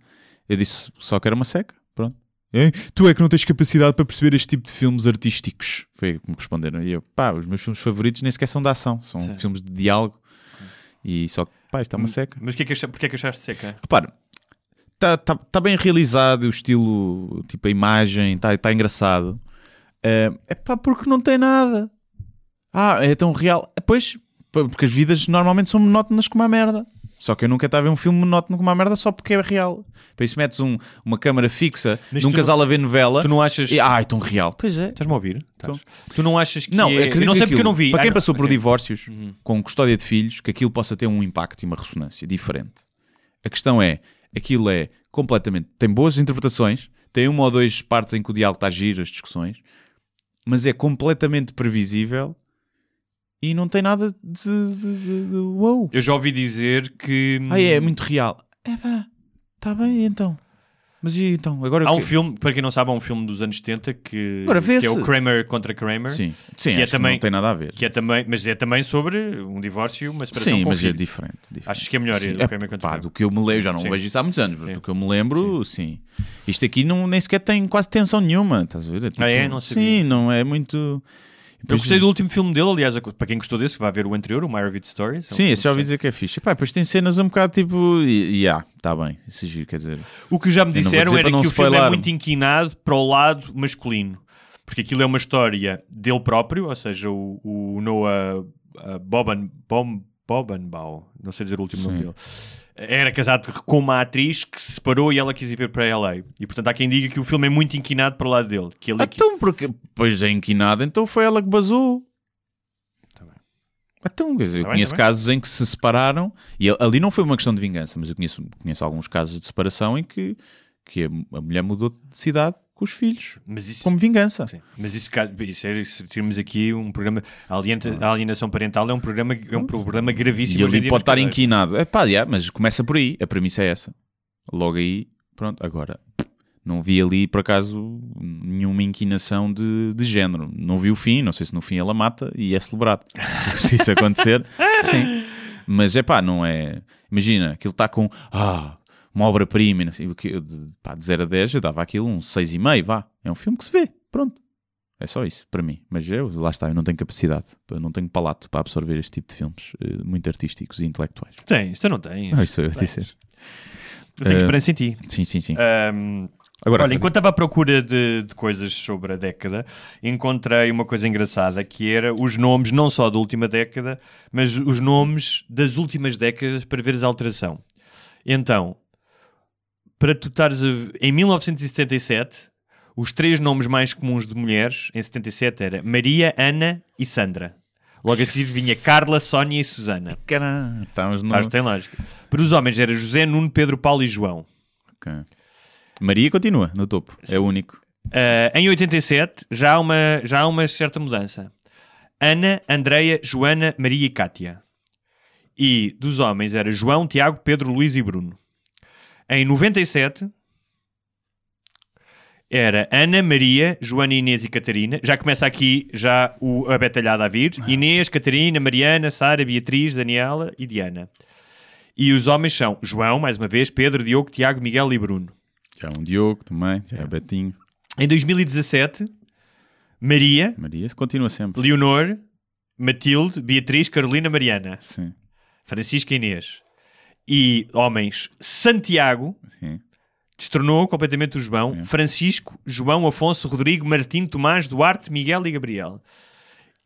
S4: Eu disse só que era uma seca. Pronto. Hein? Tu é que não tens capacidade para perceber este tipo de filmes artísticos. Foi como responderam. E eu, pá, os meus filmes favoritos nem sequer são de ação, são filmes de diálogo. E só que, pá, isto é uma seca.
S5: Mas o que é que achaste, porque é que achaste seca?
S4: Repara, está tá, tá bem realizado o estilo, tipo a imagem, está tá engraçado. Eh, é pá, porque não tem nada. Ah, é tão real. Eh, Pois, pá, porque as vidas normalmente são monótonas como a merda. Só que eu nunca estava a ver um filme monótono como a merda só porque é real. Para isso metes um- uma câmara fixa
S5: Mas
S4: num
S5: tu
S4: casal a ver novela.
S5: Tu não achas.
S4: E, ah, é tão real. Pois é.
S5: Estás-me a ouvir? Estás. Tu não achas que.
S4: Não,
S5: é...
S4: acredito
S5: eu não sei
S4: que
S5: porque eu
S4: aquilo,
S5: não vi.
S4: Para
S5: Ah,
S4: quem
S5: não,
S4: passou por
S5: assim,
S4: divórcios com custódia de filhos, que aquilo possa ter um impacto e uma ressonância diferente. A questão é, aquilo é completamente. Tem boas interpretações, tem uma ou duas partes em que o diálogo está a giro, as discussões, mas é completamente previsível e não tem nada de. de, de- de- uou!
S5: Eu já ouvi dizer que.
S4: Ah, é, é muito real. É pá, está bem, e então. Mas e então? Agora o
S5: Há um
S4: quê?
S5: filme, para quem não sabe, há um filme dos anos 70 que,
S4: Agora,
S5: que
S4: vê-se.
S5: é o Kramer contra Kramer.
S4: Sim, sim
S5: que é
S4: acho que
S5: também-
S4: não tem nada a ver.
S5: Que é também, mas é também sobre um divórcio, uma separação
S4: Sim,
S5: com um
S4: mas é
S5: filho.
S4: diferente. diferente.
S5: Achas que é melhor
S4: Sim,
S5: o Kramer contra
S4: pá,
S5: Kramer?
S4: do que eu me lembro, já não
S5: Sim.
S4: vejo isso há muitos anos, mas
S5: Sim.
S4: do que eu me lembro, sim. Isto aqui não, nem sequer tem quase tensão nenhuma, estás a ver? tipo-
S5: Ah, é? Não sabia.
S4: Sim, não é muito.
S5: Eu gostei do último filme dele, aliás, para quem gostou desse, vai ver o anterior, o Myravid Stories. É um
S4: Sim,
S5: filme
S4: esse já
S5: interessante.
S4: ouvi dizer que é fixe. Pá, depois tem cenas um bocado tipo. e- e há, está bem, esse é giro, quer dizer.
S5: O que já me
S4: não vou
S5: disseram
S4: dizer
S5: era
S4: para não
S5: que o filme é
S4: spoilar.
S5: muito inquinado para o lado masculino. Porque aquilo é uma história dele próprio, ou seja, o, o Noah uh, Boban, Bom, Bobenbaugh, não sei dizer o último nome dele, era casado com uma atriz que se separou e ela quis ir ver para LA. E portanto há quem diga que o filme é muito inquinado para o lado dele. Que ele
S4: Ah,
S5: é que-
S4: então, porque. Pois é, inquinada, então foi ela que basou. Então, quer dizer, eu
S5: Tá bem,
S4: conheço
S5: tá bem.
S4: casos em que se separaram e a- ali não foi uma questão de vingança, mas eu conheço, conheço alguns casos de separação em que, que a, a mulher mudou de cidade com os filhos,
S5: Mas isso,
S4: como vingança.
S5: Sim. Mas isso, ca- isso é, se tirarmos aqui um programa. A alienta- a alienação parental é um programa, é um problema gravíssimo.
S4: Ah. E
S5: hoje em
S4: ali
S5: dia
S4: pode
S5: nos
S4: estar
S5: casais.
S4: inquinado. É pá, yeah, mas começa por aí, a premissa é essa. Logo aí, pronto, agora. Não vi ali, por acaso, nenhuma inquinação de, de género. Não vi o fim, não sei se no fim ela mata e é celebrado. se isso acontecer, sim. Mas é pá, não é. Imagina, aquilo está com ah, uma obra-prima, e não sei o quê. Eu, de, pá, de 0 a 10, eu dava aquilo um 6,5, vá. É um filme que se vê, pronto. É só isso, para mim. Mas eu, lá está, eu não tenho capacidade, eu não tenho palato para absorver este tipo de filmes eh, muito artísticos e intelectuais.
S5: Tem, isto eu não tem.
S4: Não, isso eu a dizer.
S5: Eu tenho
S4: Eh,
S5: esperança em ti.
S4: Sim, sim, sim.
S5: Ahm, Eh,
S4: Agora,
S5: Olha, enquanto estava à procura de, de coisas sobre a década, encontrei uma coisa engraçada que era os nomes não só da última década, mas os nomes das últimas décadas para veres a alteração. Então, para tu estares a, v- em 1977, os três nomes mais comuns de mulheres em 77 era Maria, Ana e Sandra. Logo a seguir vinha Carla, Sónia e Susana.
S4: Caralho, estamos no...
S5: Faz, tem lógica. Para os homens era José, Nuno, Pedro, Paulo e João.
S4: Ok. Maria continua no topo, é o único.
S5: Uh, em 87 já há, uma, já há uma certa mudança. Ana, Andreia, Joana, Maria e Cátia. E dos homens era João, Tiago, Pedro, Luís e Bruno. Em 97 era Ana, Maria, Joana, Inês e Catarina. Já começa aqui já o, a batalhada a vir. Inês, Catarina, Mariana, Sara, Beatriz, Daniela e Diana. E os homens são João, mais uma vez, Pedro, Diogo, Tiago, Miguel e Bruno.
S4: Já é um Diogo também, já é o Betinho.
S5: Em 2017, Maria,
S4: Maria continua sempre.
S5: Leonor, Matilde, Beatriz, Carolina, Mariana,
S4: Sim,
S5: Francisca Inês. E homens, Santiago,
S4: sim.
S5: destronou completamente o João, Francisco, João, Afonso, Rodrigo, Martim, Tomás, Duarte, Miguel e Gabriel.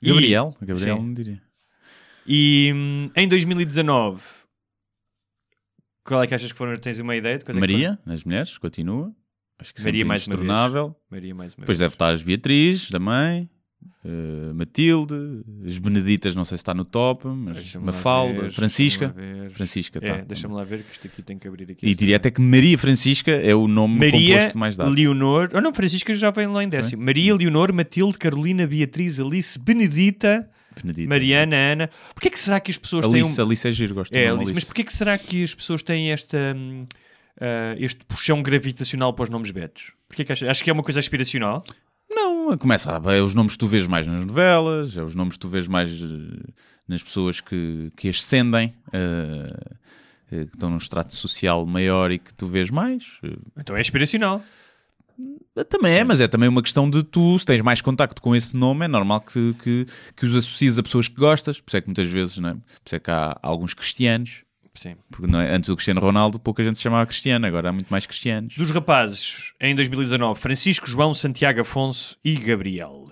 S5: E-
S4: Gabriel? Gabriel
S5: Sim.
S4: não diria.
S5: E hum, em 2019, qual é que achas que foram? Tens uma ideia de quais é que
S4: Maria, nas mulheres, continua. Acho que
S5: Maria
S4: Maria
S5: mais
S4: mais
S5: uma vez.
S4: intornável.
S5: foram? Maria, mais uma
S4: Depois
S5: vez.
S4: deve estar as Beatriz também, eh, Matilde, as Beneditas, não sei se está no top, mas
S5: Deixa-me lá
S4: Mafalda,
S5: ver,
S4: Francisca.
S5: deixa-me lá ver.
S4: Francisca,
S5: É,
S4: tá.
S5: deixa-me lá ver que isto aqui tem que abrir aqui.
S4: E diria até que Maria Francisca é o nome
S5: Maria,
S4: composto mais dado.
S5: Leonor, ou não, Francisca já vem lá em décimo. Maria, Leonor, Matilde, Carolina, Beatriz, Alice, Benedita,
S4: Benedita.
S5: Mariana, Ana. Porquê que será que as pessoas têm
S4: Alice,
S5: um...
S4: Alice é giro, gosto do
S5: É,
S4: nome
S5: Alice, mas porquê que será que as pessoas têm esta, hum, ah, este puxão gravitacional para os nomes betos? Porquê que achas? Acho que é uma coisa aspiracional.
S4: Não, começa a é os nomes que tu vês mais nas novelas, é os nomes que tu vês mais eh, nas pessoas que, que ascendem, eh, eh, que estão num extrato social maior e que tu vês mais. Eh,
S5: Então é aspiracional.
S4: Também é, mas é também uma questão de tu, se tens mais contacto com esse nome, é normal que, que, que os associes a pessoas que gostas, por isso é que muitas vezes, não é? por isso é que há alguns cristianos,
S5: Sim.
S4: porque não é? antes do Cristiano Ronaldo pouca gente se chamava Cristiano, agora há muito mais cristianos.
S5: Dos rapazes, em 2019, Francisco João, Santiago Afonso e Gabriel.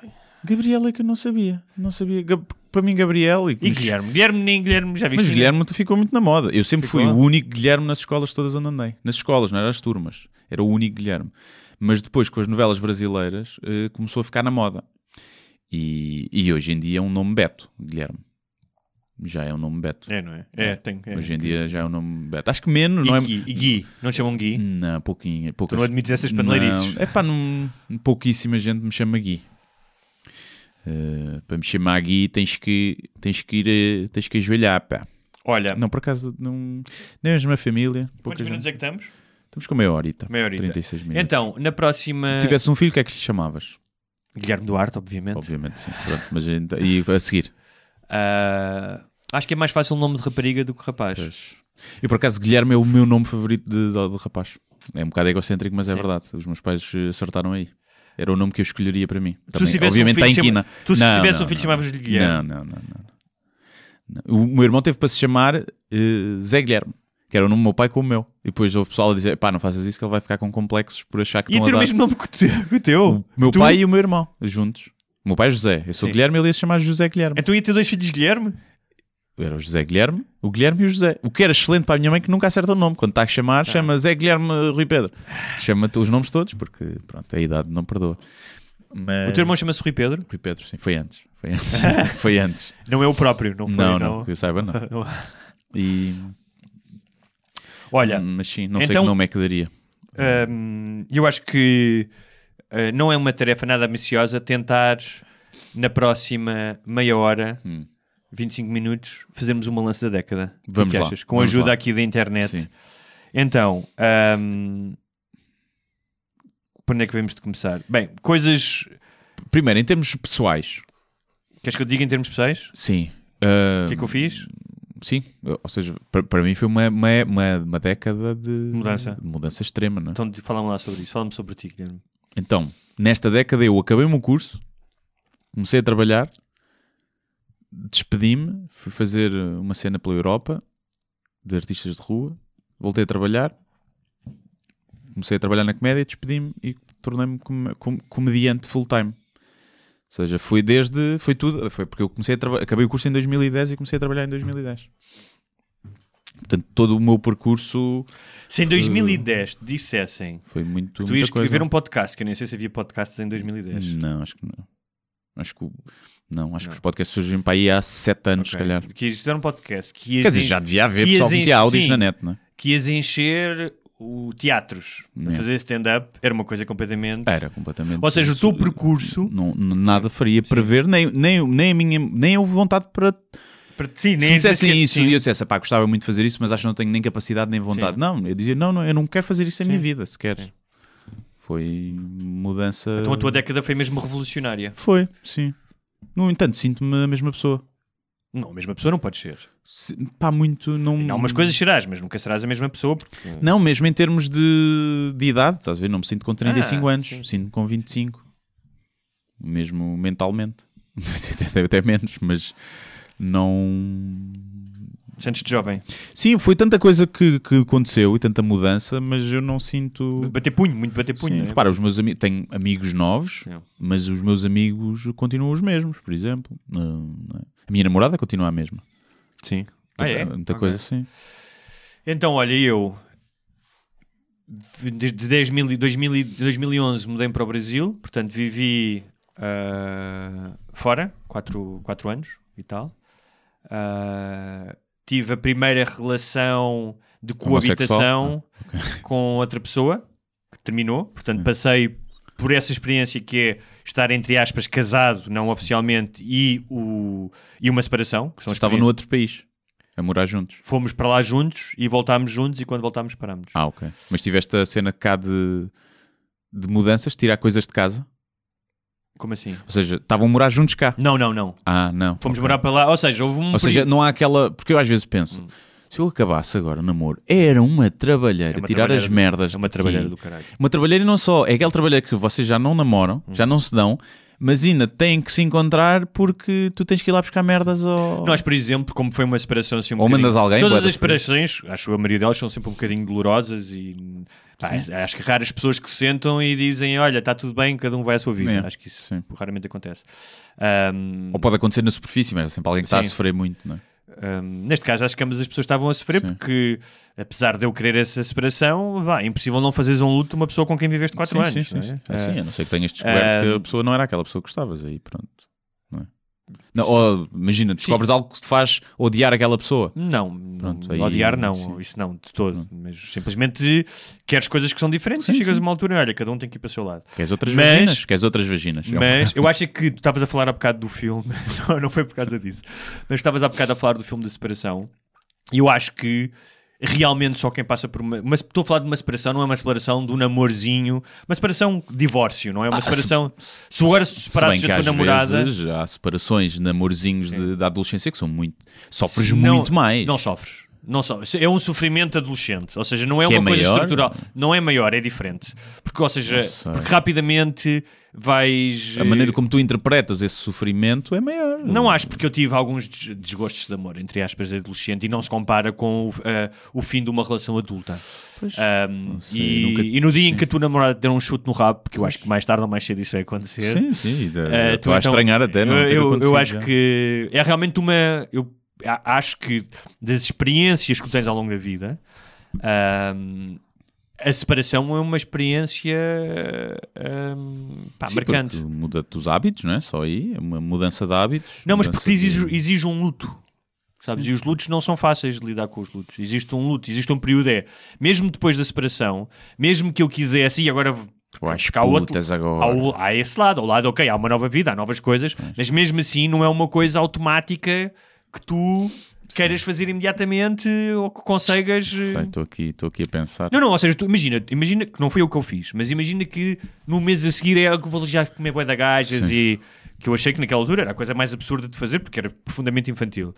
S4: Gabriel é que eu não sabia, não sabia. Gab- Para mim, Gabriel e,
S5: E
S4: mas-
S5: Guilherme. Guilherme nem Guilherme, já viste?
S4: Mas Guilherme tu ficou muito na moda. Eu sempre fui
S5: Ficou?
S4: o único Guilherme nas escolas todas onde andei. Nas escolas, não era as turmas. Era o único Guilherme. Mas depois, com as novelas brasileiras, eh, começou a ficar na moda. E, e hoje em dia é um nome Beto, Guilherme. Já é um nome Beto.
S5: É, não é? É, tem. é.
S4: Hoje em dia já é um nome Beto. Acho que menos,
S5: E
S4: não é?
S5: Gui, e Gui. Não te chamam Gui?
S4: Não, pouquinho.
S5: Tu
S4: Poucas...
S5: não admites essas paneleirices.
S4: É pá, não- pouquíssima gente me chama Gui. Eh, para me chamar Gui tens que, tens que ir, eh, tens que ajoelhar, pá.
S5: Olha,
S4: Não, por acaso, não... nem mesmo a família. pouca
S5: quantos minutos
S4: gente.
S5: é que estamos?
S4: Estamos com meia horita.
S5: Meia horita.
S4: 36 minutos.
S5: Então, eh, na próxima...
S4: Se tivesse um filho, o que é que lhe chamavas?
S5: Guilherme Duarte, obviamente.
S4: Obviamente, sim. Pronto, mas então- e a seguir?
S5: Ah, acho que é mais fácil o nome de rapariga do que rapaz.
S4: E por acaso, Guilherme é o meu nome favorito de, de- de rapaz. É um bocado egocêntrico, mas é
S5: Sim.
S4: verdade. Os meus pais eh, acertaram aí. Era o nome que eu escolheria para mim.
S5: Tu se
S4: Também,
S5: tivesse
S4: obviamente
S5: um
S4: está
S5: filho
S4: em
S5: chama-
S4: quina.
S5: Tu se
S4: Não,
S5: tivesse
S4: não,
S5: um filho
S4: não.
S5: chamavas-lhe Guilherme.
S4: Não, não, não, não, não. O meu irmão teve para se chamar eh, Zé Guilherme, que era o nome do meu pai com o meu. E depois houve pessoal a dizer: pá, não faças isso que ele vai ficar com complexos por achar que
S5: E
S4: estão
S5: ter
S4: a
S5: o
S4: dar...
S5: mesmo nome que o teu- que o teu.
S4: O meu
S5: Tu-
S4: pai e o meu irmão, juntos. O meu pai é José, eu sou
S5: Sim.
S4: Guilherme, ele ia se chamar José Guilherme.
S5: Então ia ter dois filhos Guilherme?
S4: Era o José Guilherme, o Guilherme e o José. O que era excelente para a minha mãe que nunca acerta o nome. Quando está a chamar,
S5: Tá.
S4: chama Zé Guilherme eh, Rui Pedro. Chama-te os nomes todos, porque pronto, a idade não perdoa. Mas...
S5: O teu irmão chama-se Rui Pedro?
S4: Rui Pedro, sim, foi antes. Foi antes. foi antes.
S5: Não é o próprio, não foi?
S4: não, não, que eu saiba, não.
S5: não.
S4: E,
S5: Olha,
S4: mas sim, não sei
S5: Então-
S4: que nome é que daria.
S5: hum, eu acho que uh, não é uma tarefa nada ambiciosa tentar na próxima meia hora,
S4: Hum.
S5: 25 minutos, fazermos uma lança da década. O que
S4: Vamos
S5: é que
S4: lá,
S5: achas? Com
S4: vamos
S5: ajuda
S4: lá.
S5: aqui da internet.
S4: Sim.
S5: Então, hum, por onde é que vemos de começar? Bem, coisas.
S4: Primeiro, em termos pessoais,
S5: Queres que eu diga em termos pessoais?
S4: sim. Ah,
S5: O que é que eu fiz?
S4: Sim, ou seja, para, para mim foi uma, uma, uma, uma década de
S5: Mudança.
S4: de mudança extrema, não é?
S5: Então, fala-me lá sobre isso. Fala-me sobre ti, Guilherme.
S4: Então, nesta década eu acabei o meu curso, comecei a trabalhar, despedi-me, fui fazer uma cena pela Europa de artistas de rua, voltei a trabalhar, comecei a trabalhar na comédia, despedi-me e tornei-me com- com- comediante full-time. Ou seja, foi desde. Foi tudo. Foi porque eu comecei a trabalhar. Acabei o curso em 2010 e comecei a trabalhar em 2010. Portanto, todo o meu percurso
S5: Se em 2010 te dissessem
S4: foi muito.
S5: Tu
S4: muita
S5: ias escrever
S4: coisa.
S5: um podcast, que eu nem sei se havia podcasts em 2010.
S4: Não, acho que não. Acho que, o- não, acho que os podcasts surgiram para aí há 7 anos, se calhar.
S5: Que ias ter um podcast. Que ias
S4: Quer dizer,
S5: en-
S4: já devia haver
S5: que
S4: pessoal
S5: ias
S4: que metia
S5: enche-
S4: áudios
S5: sim,
S4: na net, não é?
S5: Que ias encher o teatros.
S4: Não.
S5: Fazer stand-up era uma coisa completamente...
S4: Era completamente.
S5: Ou seja, o teu percurso...
S4: Não, não- nada faria prever, nem, nem, nem, a minha, nem houve vontade para.
S5: Para ti,
S4: Se
S5: nem é
S4: me dissessem isso
S5: sim.
S4: e eu dissesse, pá, gostava muito de fazer isso, mas acho que não tenho nem capacidade nem vontade.
S5: Sim.
S4: Não, eu dizia, não, não, eu não quero fazer isso na minha
S5: Sim.
S4: vida sequer. Foi mudança.
S5: Então a tua década foi mesmo revolucionária.
S4: Foi, sim. No entanto, sinto-me a mesma pessoa.
S5: Não, a mesma pessoa não pode ser.
S4: Se- Pá, muito. Não,
S5: Não, umas coisas serás, mas nunca serás a mesma pessoa. Porque...
S4: Não, mesmo em termos de, de idade, estás a ver? Não me sinto com 35
S5: Ah,
S4: anos,
S5: sim, sim.
S4: sinto-me com 25. Mesmo mentalmente. até, até menos, mas não.
S5: Sentes-te jovem.
S4: Sim, foi tanta coisa que, que aconteceu e tanta mudança, mas eu não sinto.
S5: Bater punho, muito bater punho.
S4: Sim,
S5: não é?
S4: repara, os meus amigos tenho amigos novos,
S5: Sim.
S4: mas os meus amigos continuam os mesmos, por exemplo. Não- não é? A minha namorada continua a mesma.
S5: Sim. Ah, é?
S4: Muita
S5: Ok.
S4: coisa assim.
S5: Então, olha, eu de, de 10 mil, 2000, e- 2011 mudei para o Brasil, portanto vivi ah, fora 4, quatro anos e tal. Ah, tive a primeira relação de coabitação com outra pessoa que terminou, portanto passei por essa experiência que é estar entre aspas casado, não oficialmente, e, o, e uma separação. Que são
S4: Estavam
S5: experiências-
S4: no outro país a morar juntos.
S5: fomos para lá juntos e voltámos juntos e quando voltámos parámos.
S4: Ah, ok. Mas tiveste a cena cá de, de mudanças, tirar coisas de casa?
S5: Como assim?
S4: Ou seja, estavam a morar juntos cá?
S5: Não, não, não.
S4: Ah, não.
S5: Fomos
S4: Ok.
S5: morar para lá, ou seja, houve um
S4: Ou seja,
S5: período- Hum.
S4: não há aquela. Porque eu às vezes penso, Se eu acabasse agora o namoro, era uma trabalheira
S5: É uma
S4: tirar
S5: trabalheira
S4: as
S5: do-
S4: merdas.
S5: é uma
S4: daqui.
S5: trabalheira do caralho.
S4: Uma trabalheira e não só. É aquele trabalheiro que vocês já não namoram,
S5: Hum.
S4: já não se dão, mas ainda têm que se encontrar porque tu tens que ir lá buscar merdas ao.
S5: Nós, por exemplo, como foi uma separação assim um
S4: Ou
S5: bocadinho-
S4: mandas alguém,
S5: Todas
S4: boeda,
S5: as separações, acho eu, a maioria delas são sempre um bocadinho dolorosas e pá, é, acho que raras pessoas que se sentam e dizem, olha, está tudo bem, cada um vai à sua vida.
S4: É,
S5: Acho que isso
S4: sim.
S5: raramente acontece. Ahm,
S4: Ou pode acontecer na superfície, mas é sempre alguém que está a
S5: Sim.
S4: sofrer muito, não é?
S5: ahm, neste caso, acho que ambas as pessoas estavam a sofrer
S4: Sim.
S5: porque, apesar de eu querer essa separação, vá, é impossível não fazeres um luto de uma pessoa com quem viveste 4
S4: sim,
S5: anos.
S4: Sim, sim,
S5: não é?
S4: sim.
S5: Ah,
S4: Ah, sim, a não ser que tenhas descoberto que
S5: Ah,
S4: a pessoa não era aquela pessoa que gostavas, aí pronto. Não é? Não, ou, imagina, descobres algo que te faz odiar aquela pessoa.
S5: Não, não,
S4: Pronto, aí,
S5: odiar não,
S4: sim.
S5: isso não, de todo. Mas simplesmente queres coisas que são diferentes e chegas a uma altura e olha, cada um tem que ir para o seu lado.
S4: Queres outras
S5: Mas-
S4: vaginas? Queres outras vaginas? É um-
S5: Mas eu acho que tu estavas a falar há bocado do filme, não, não foi por causa disso, mas estavas há bocado a falar do filme da separação e eu acho que realmente só quem passa por uma. Mas estou a falar de uma separação, não é uma separação de um namorzinho, uma separação divórcio, não é? Uma
S4: Ah, se-
S5: separação. Se agora se
S4: Se bem
S5: separaste
S4: que
S5: da tua
S4: às
S5: namorada.
S4: vezes há separações, namorzinhos de, da adolescência que são muito. Sofres
S5: não-
S4: muito mais.
S5: Não sofres. Não so- É um sofrimento adolescente, ou seja, não é
S4: Que é
S5: uma coisa
S4: maior?
S5: estrutural, não é maior, é diferente. Porque, ou seja,
S4: Não sei.
S5: porque rapidamente vais. eh,
S4: A maneira como tu interpretas esse sofrimento é maior.
S5: Não acho, porque eu tive alguns des- desgostos de amor, entre aspas, de adolescente, e não se compara com o, ah, o fim de uma relação adulta. Ahm,
S4: sei,
S5: e,
S4: nunca-
S5: e no dia em
S4: sim.
S5: que a tua namorada te der um chute no rabo, porque eu acho que mais tarde ou mais cedo isso vai acontecer.
S4: Sim, sim.
S5: ah,
S4: Uh,
S5: tu
S4: Estou a
S5: então-
S4: estranhar até, não?
S5: Eu,
S4: ter
S5: eu, eu
S4: acontecido
S5: acho
S4: já.
S5: que é realmente uma. Eu a- acho que das experiências que tens ao longo da vida, ahm, a separação é uma experiência ahm, pá,
S4: Sim,
S5: marcante.
S4: porque Muda-te os hábitos, não é? Só aí. é Uma mudança de hábitos.
S5: Não, mas
S4: mudança
S5: porque te exige,
S4: de-
S5: exige um luto. Sabes? E os lutos não são fáceis de lidar com os lutos. Existe um luto, existe um período. É, mesmo depois da separação, mesmo que eu quisesse, e agora.
S4: Tu às
S5: porque há outro-
S4: putas agora.
S5: ao- Há, esse lado, ao lado, ok, há uma nova vida, há novas coisas, mas mesmo assim não é uma coisa automática que tu queiras fazer imediatamente ou que eh, consigas.
S4: Sei, estou aqui, estou aqui a pensar.
S5: Não, não, ou seja, tu, imagina, imagina que não foi eu que eu fiz, mas imagina que no mês a seguir é algo que vou já comer bué de gajas e que eu achei que naquela altura era a coisa mais absurda de fazer porque era profundamente infantil.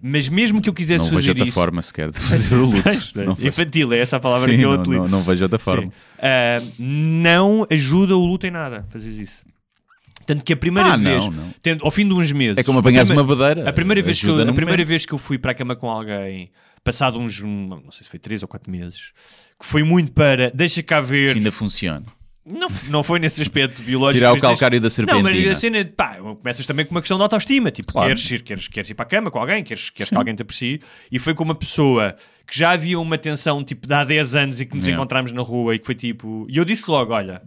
S5: Mas mesmo que eu quisesse
S4: Não vejo
S5: fazer
S4: outra
S5: isso...
S4: forma sequer de fazer o luto.
S5: Mas,
S4: Não vejo-
S5: infantil, é essa a palavra
S4: Sim,
S5: que eu
S4: não,
S5: utilizo.
S4: não, não vejo outra forma.
S5: Sim. Ah, não ajuda o luto em nada fazer isso. Tanto que a primeira
S4: Ah,
S5: vez,
S4: não, não.
S5: tendo- ao fim de uns meses,
S4: É como apanhares
S5: a prime-
S4: uma badeira.
S5: a primeira, vez que eu,
S4: Ajuda
S5: a
S4: no
S5: primeira
S4: momento.
S5: vez que eu fui para a cama com alguém, passado uns, um, não sei se foi 3 ou 4 meses, que foi muito para deixa cá ver.
S4: Isso ainda funciona.
S5: Não, f- não foi nesse aspecto biológico.
S4: Tirar o
S5: mas deixa-
S4: calcário da
S5: Não, mas
S4: serpentina.
S5: a cena, pá, começas também com uma questão de autoestima. Tipo,
S4: Claro.
S5: queres, ir, queres, queres ir para a cama com alguém, queres, queres que alguém te aprecie. E foi com uma pessoa que já havia uma tensão, tipo, de há 10 anos e que nos
S4: Yeah.
S5: encontramos na rua e que foi tipo... E eu disse logo, olha,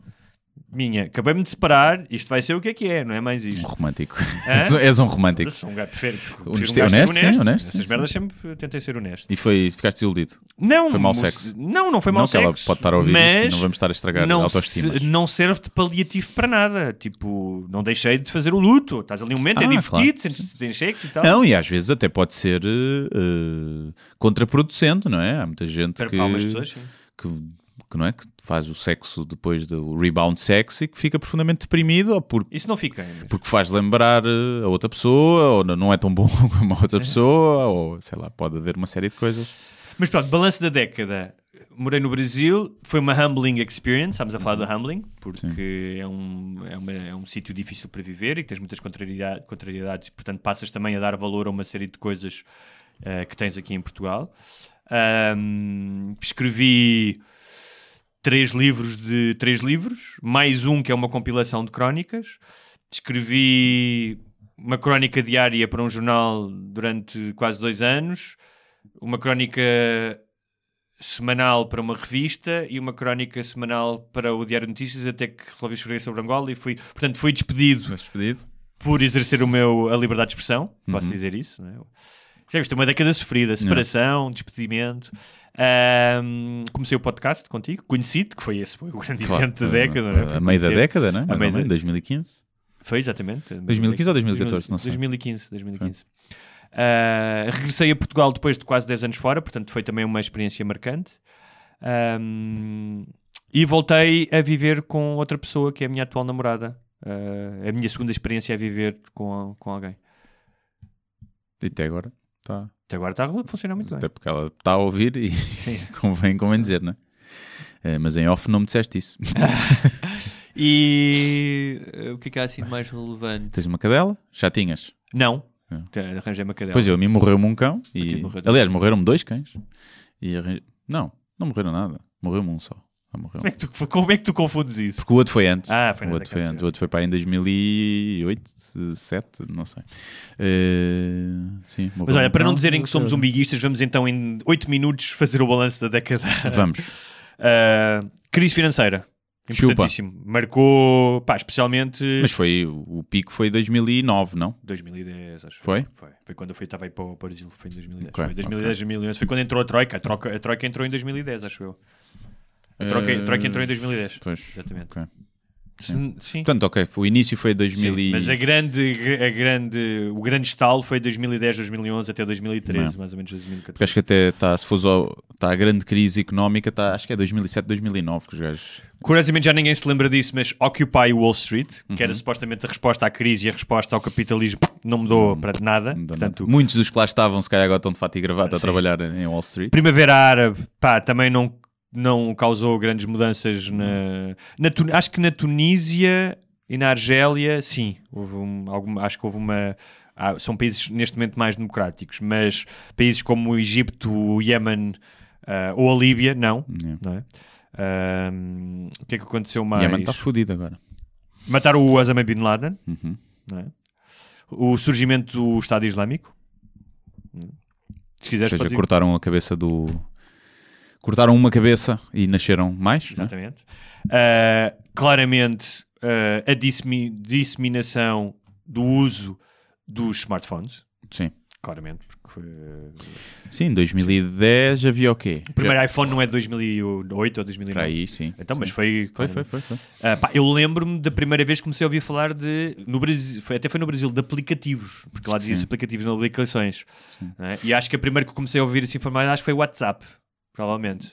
S5: minha, acabei-me de separar, isto vai ser o que é que é, não é mais
S4: Um
S5: isto.
S4: romântico.
S5: Hã?
S4: És, és um romântico.
S5: Eu sou um gajo perfeito.
S4: Honesto-
S5: Prefiro um gajo ser
S4: honesto, sim, honesto,
S5: Essas
S4: sim,
S5: merdas sempre tentei ser honesto.
S4: E foi, ficaste desiludido.
S5: Não,
S4: Foi mau
S5: mo-
S4: sexo.
S5: Não, não foi mau
S4: não que ela
S5: sexo.
S4: pode estar a ouvir isto
S5: mas
S4: e não vamos estar a estragar a
S5: não,
S4: autoestima.
S5: se- não serve de paliativo para nada. Tipo, não deixei de fazer o luto. Estás ali um momento, é
S4: Ah, É
S5: divertido, sentes- tens sexo e tal.
S4: Não, e às vezes até pode ser eh, eh, contraproducente, não é? Há muita gente
S5: Para
S4: que,
S5: algumas pessoas, sim.
S4: que, que não é? que faz o sexo depois do rebound sexo e que fica profundamente deprimido ou porque
S5: Isso não fica. ainda.
S4: porque faz lembrar eh, a outra pessoa, ou n- não é tão bom como a outra pessoa, ou sei lá, pode haver uma série de coisas.
S5: Mas pronto, balanço da década. Morei no Brasil, foi uma humbling experience. Estamos a falar do humbling, porque é um, é, uma- é um sítio difícil para viver e que tens muitas contrariedade- contrariedades, e portanto passas também a dar valor a uma série de coisas eh, que tens aqui em Portugal. Ahm, escrevi três livros de três livros, mais um que é uma compilação de crónicas. Escrevi uma crónica diária para um jornal durante quase dois anos, uma crónica semanal para uma revista e uma crónica semanal para o Diário de Notícias até que resolvi escrever sobre Angola e fui, portanto, fui despedido
S4: despedido?
S5: por exercer o meu, a liberdade de expressão, posso
S4: Uhum.
S5: dizer isso, não é? Já viste, é uma década sofrida, separação, despedimento. Ahm, comecei o podcast contigo, conheci-te, que foi esse, foi o grande evento da década, não é? Foi
S4: A meio da
S5: conhecer-
S4: década, né? Mais
S5: meio
S4: ou menos,
S5: da-
S4: 2015.
S5: Foi, exatamente.
S4: 2015 ou 2014, não sei.
S5: 2015, 2015. Ah, regressei a Portugal depois de quase 10 anos fora, portanto foi também uma experiência marcante. Ahm, e voltei a viver com outra pessoa, que é a minha atual namorada. Ah, a minha segunda experiência é viver com, com alguém.
S4: E até agora? Está está.
S5: Até agora está a funcionar muito
S4: Até
S5: bem.
S4: porque ela está a ouvir e convém, convém dizer, não é? Eh, Mas em off não me disseste isso.
S5: E eh, o que é que há assim de mais relevante?
S4: Tens uma cadela? Já tinhas.
S5: Não.
S4: Não.
S5: Te- Arranjei uma cadela.
S4: Depois eu, a mim morreu-me um cão.
S5: A ti
S4: E...
S5: morreu-te um
S4: Aliás, morreram-me dois cães. E arranjei- Não, não morreram nada. Morreu-me um só. Ah, morreu
S5: Como é, que tu, como é que tu confundes isso?
S4: Porque o outro foi antes.
S5: Ah, foi
S4: o
S5: na
S4: outro foi
S5: década de
S4: antes. O outro foi para aí em 2008, 2007, não sei. Eh, sim,
S5: Mas olha, para não dizerem
S4: dizerem
S5: que somos umbiguistas, vamos então em 8 minutos fazer o balanço da década.
S4: Vamos.
S5: Ah, crise financeira.
S4: Chupa.
S5: Importantíssimo. Marcou, pá, especialmente
S4: Mas foi, o o pico foi 2009, não?
S5: 2010, acho. que
S4: Foi?
S5: Foi, foi quando eu fui, estava aí para o Brasil, foi em 2010.
S4: Ok,
S5: foi 2010, 2011. Foi quando entrou a Troika. A Troika, a Troika entrou em 2010, acho eu. A Troika, a Troika entrou em 2010.
S4: Eh, Pois.
S5: Exatamente.
S4: ok.
S5: Sim. Sim.
S4: Portanto, ok, o início foi
S5: Sim,
S4: 2000 e...
S5: Mas é a grande, a grande, o grande estalo foi 2010, 2011 até 2013,
S4: Não.
S5: mais ou menos
S4: Porque
S5: 2014.
S4: acho que até está, se fosse ao- está a grande crise económica, está, acho que é 2007, 2009 que os gajos...
S5: Curiosamente já ninguém se lembra disso, mas Occupy Wall Street, que era supostamente a resposta à crise e a resposta ao capitalismo, não mudou para nada.
S4: Não dá
S5: Portanto,
S4: nada. Muitos dos que lá estavam, se calhar agora estão de fato e gravata a
S5: Sim.
S4: trabalhar em Wall Street.
S5: Primavera Árabe, pá, também não, não causou grandes mudanças na, na Tu- acho que na Tunísia e na Argélia, sim, houve um- alguma- acho que houve uma há- são países neste momento mais democráticos, mas países como o Egito, o Iémen ah, ou a Líbia, não,
S4: Yeah.
S5: não é? Ahm, o que é que aconteceu
S4: E
S5: mais?
S4: a mãe está fodido agora.
S5: Mataram o Osama Bin Laden,
S4: Uhum.
S5: não é? o surgimento do Estado Islâmico. é? Se
S4: Ou
S5: quiseres,
S4: seja,
S5: pode-
S4: cortaram a cabeça do... Cortaram uma cabeça e nasceram mais, né?
S5: Exatamente. Ah, claramente, ah, a dissemi- disseminação do uso dos smartphones.
S4: Sim.
S5: Claramente, porque foi, ah,
S4: Sim, em 2010 havia o quê?
S5: o primeiro iPhone não é de 2008 ou 2009.
S4: Para aí, sim.
S5: Então, mas
S4: Sim.
S5: foi.
S4: Foi, foi, foi. foi.
S5: Ah, pá, eu lembro-me da primeira vez que comecei a ouvir falar de. No Brasil, foi, até foi no Brasil, de aplicativos. Porque lá dizia-se
S4: Sim.
S5: aplicativos, não aplicações. não é? E acho que a primeira que comecei a ouvir assim formais, acho que foi o WhatsApp. Provavelmente.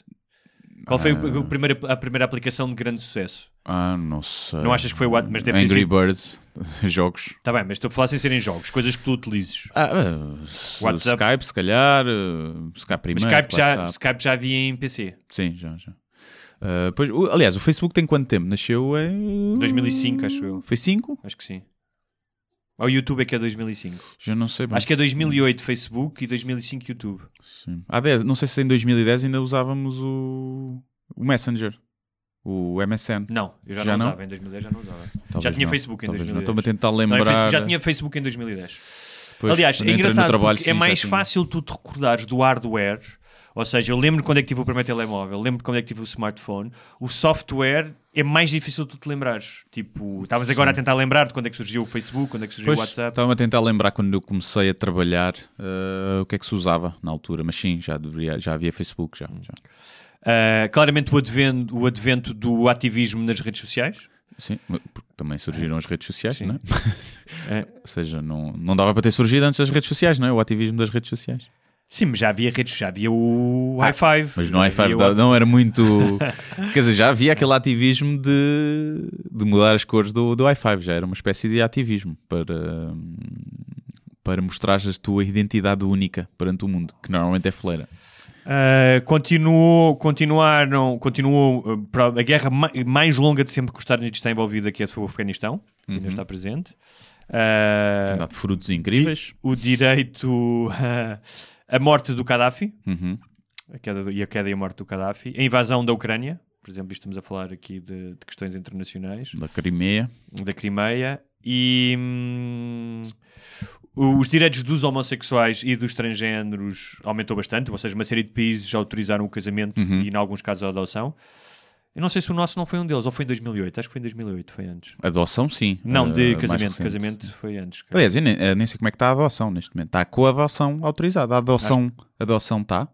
S5: Qual foi o- o primeiro- a primeira aplicação de grande sucesso?
S4: Ah, não sei.
S5: Não achas que foi o What- mas deve ter
S4: Angry
S5: sido-
S4: Birds, jogos.
S5: Está Tá bem, mas estou a falar sem ser em jogos, coisas que tu utilizes.
S4: Ah, eh, s-
S5: WhatsApp.
S4: Skype, se calhar. eh, Skype
S5: Mas
S4: primeiro.
S5: Skype já,
S4: WhatsApp.
S5: Skype já havia em PC.
S4: Sim, já, já. Eh, pois, o- aliás, o Facebook tem quanto tempo? Nasceu em.
S5: 2005, acho eu.
S4: Foi 5?
S5: Acho que sim. Ou o YouTube é que é 2005.
S4: Já não sei bem.
S5: Acho que é 2008 Facebook e 2005 YouTube.
S4: Sim. Há 10, não sei se em 2010 ainda usávamos o, o Messenger. O MSN.
S5: Não, eu já,
S4: Já
S5: não,
S4: não?
S5: usava. Em 2010 já não usava. já
S4: Talvez
S5: tinha
S4: não.
S5: Facebook em
S4: Talvez não.
S5: 2010.
S4: Estou-me a tentar
S5: Não, em
S4: lembrar.
S5: Facebook- já tinha Facebook em 2010.
S4: Pois,
S5: Aliás,
S4: quando
S5: é
S4: entrei no
S5: engraçado
S4: trabalho,
S5: porque
S4: sim,
S5: é
S4: já
S5: mais
S4: tinha.
S5: fácil tu te recordares do hardware. Ou seja, eu lembro quando é que tive o primeiro telemóvel, lembro quando é que tive o smartphone. O software é mais difícil tu te lembrares. Tipo, estavas agora a tentar lembrar de quando é que surgiu o Facebook, quando é que surgiu
S4: Pois,
S5: o WhatsApp.
S4: Estava-me a tentar lembrar quando eu comecei a trabalhar eh, o que é que se usava na altura, mas sim, já, deveria, já havia Facebook, já.
S5: Hum.
S4: já.
S5: Uh, claramente o advento, o advento do ativismo nas redes sociais.
S4: Sim, mas- porque também surgiram as redes sociais,
S5: Sim.
S4: não é?
S5: É.
S4: Ou seja, não, não dava para ter surgido antes das redes sociais, não é? O ativismo das redes sociais.
S5: Sim, mas já havia redes, já havia o
S4: Ah,
S5: High Five.
S4: Mas no
S5: já
S4: i5
S5: havia o-
S4: da- não era muito. Quer dizer, já havia aquele ativismo de, de mudar as cores do, do i5, já era uma espécie de ativismo para. hum, Para mostrar a tua identidade única perante o mundo, que normalmente é fleira.
S5: Uh, continuou, continuaram, continuou uh, pro- a guerra ma- mais longa de sempre que os Estados Unidos está envolvida, que é o Afeganistão, que ainda está presente.
S4: Uhum. Tem
S5: Uh,
S4: dado frutos incríveis.
S5: o direito a morte do Gaddafi,
S4: Uhum.
S5: a queda do- e a queda e a morte do Gaddafi, a invasão da Ucrânia, por exemplo, isto estamos a falar aqui de, de questões internacionais.
S4: da Crimeia.
S5: da Crimeia e hum, os direitos dos homossexuais e dos transgêneros aumentou bastante, ou seja, uma série de países já autorizaram o casamento
S4: Uhum.
S5: e, em alguns casos, a adoção. Eu não sei se o nosso não foi um deles, ou foi em 2008, acho que foi em 2008, foi antes.
S4: Adoção, sim.
S5: Não,
S4: Ah,
S5: de
S4: mais
S5: casamento,
S4: recente.
S5: casamento foi antes. cara.
S4: Aliás, eu nem, eu nem sei como é que está a adoção neste momento. Está com a adoção autorizada. A adoção a adoção está,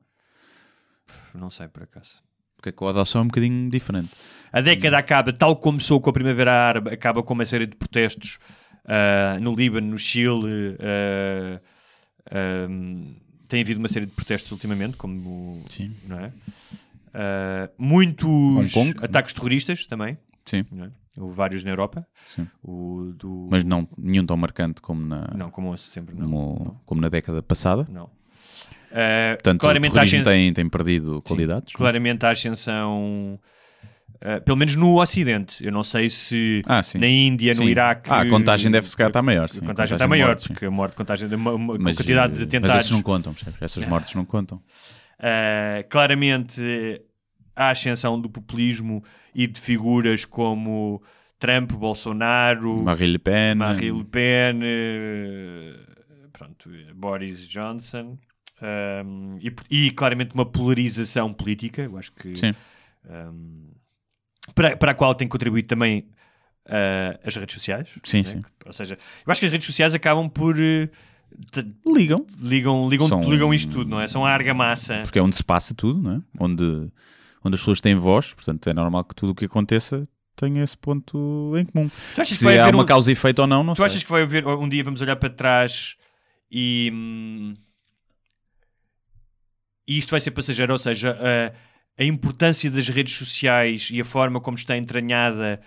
S5: Não sei, por acaso.
S4: porque a coadoção é um bocadinho diferente.
S5: A
S4: Hum.
S5: década acaba, tal como começou com a Primavera Árabe, acaba com uma série de protestos ah, no Líbano, no Chile. ah, ah, tem havido uma série de protestos ultimamente, como o-
S4: Sim.
S5: não é? Ah, muitos
S4: Hong Kong.
S5: ataques terroristas também,
S4: Sim,
S5: não é? houve vários na Europa.
S4: Sim.
S5: O do...
S4: mas não, nenhum tão marcante como na,
S5: Não, como 11 de setembro, não.
S4: como, como na década passada.
S5: não. Eh,
S4: Portanto, o
S5: claramente a
S4: terrorismo
S5: ascensão,
S4: tem, tem perdido qualidades.
S5: claramente a ascensão, eh, pelo menos no Ocidente, eu não sei se
S4: Ah, sim.
S5: na Índia, no
S4: Sim.
S5: Iraque...
S4: Ah, a contagem deve se calhar estar maior, sim.
S5: A
S4: A
S5: contagem
S4: contagem
S5: está maior,
S4: de mortes,
S5: porque a morte, contagem, uma, uma
S4: Mas,
S5: quantidade de
S4: eh, Mas
S5: atentados...
S4: esses não contam, percebes? Essas mortes não contam.
S5: Uh, claramente a ascensão do populismo e de figuras como Trump, Bolsonaro,
S4: Marie Le Pen.
S5: Marie Le Pen, uh, pronto, Boris Johnson. um, e, e claramente uma polarização política, eu acho que
S4: Sim.
S5: um, para, para a qual tem contribuído também uh, as redes sociais.
S4: Sim,
S5: né?
S4: sim.
S5: Ou seja, eu acho que as redes sociais acabam por uh, t-
S4: Ligam.
S5: ligam, ligam,
S4: São-
S5: ligam isto tudo, não é? São a argamassa.
S4: Porque é onde se passa tudo, não é? Onde, onde as pessoas têm voz, portanto é normal que tudo o que aconteça tenha esse ponto em comum.
S5: Tu achas que
S4: Se
S5: vai
S4: há
S5: haver
S4: uma
S5: um-
S4: causa e efeito ou não, não
S5: Tu
S4: sei.
S5: achas que vai haver um dia vamos olhar para trás e, hum, e isto vai ser passageiro, ou seja, a, a importância das redes sociais e a forma como está entranhada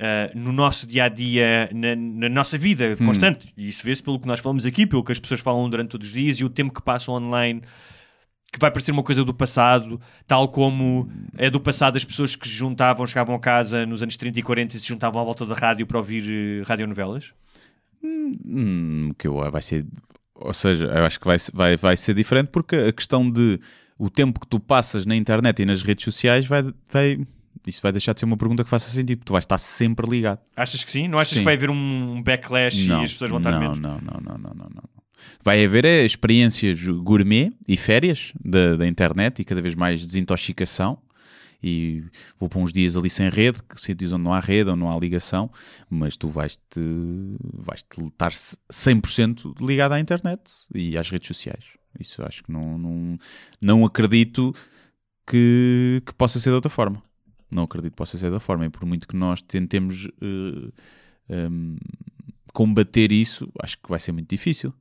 S5: ah, no nosso dia a dia, na, na nossa vida
S4: Hum.
S5: constante, e isso vê-se pelo que nós falamos aqui, pelo que as pessoas falam durante todos os dias e o tempo que passam online. Que vai parecer uma coisa do passado, tal como é do passado as pessoas que se juntavam, chegavam a casa nos anos 30 e 40 e se juntavam à volta da rádio para ouvir eh, radionovelas.
S4: Hum, que eu, vai ser. Ou seja, eu acho que vai, vai, vai ser diferente porque a questão de o tempo que tu passas na internet e nas redes sociais vai. vai isso vai deixar de ser uma pergunta que faça sentido, porque tu vais estar sempre ligado.
S5: Achas que sim? Não achas
S4: Sim.
S5: que vai haver um backlash
S4: não,
S5: e as pessoas vão estar
S4: não,
S5: menos?
S4: não, não, não, não, não, não. Vai haver é, experiências gourmet e férias da, da internet e cada vez mais desintoxicação. E vou para uns dias ali sem rede, que sítios onde não há rede ou não há ligação, mas tu vais-te vais-te estar 100% ligado à internet e às redes sociais. Isso acho que não, não, não acredito que, que possa ser de outra forma. Não acredito que possa ser de outra forma. E por muito que nós tentemos eh, hum, combater isso, acho que vai ser muito difícil.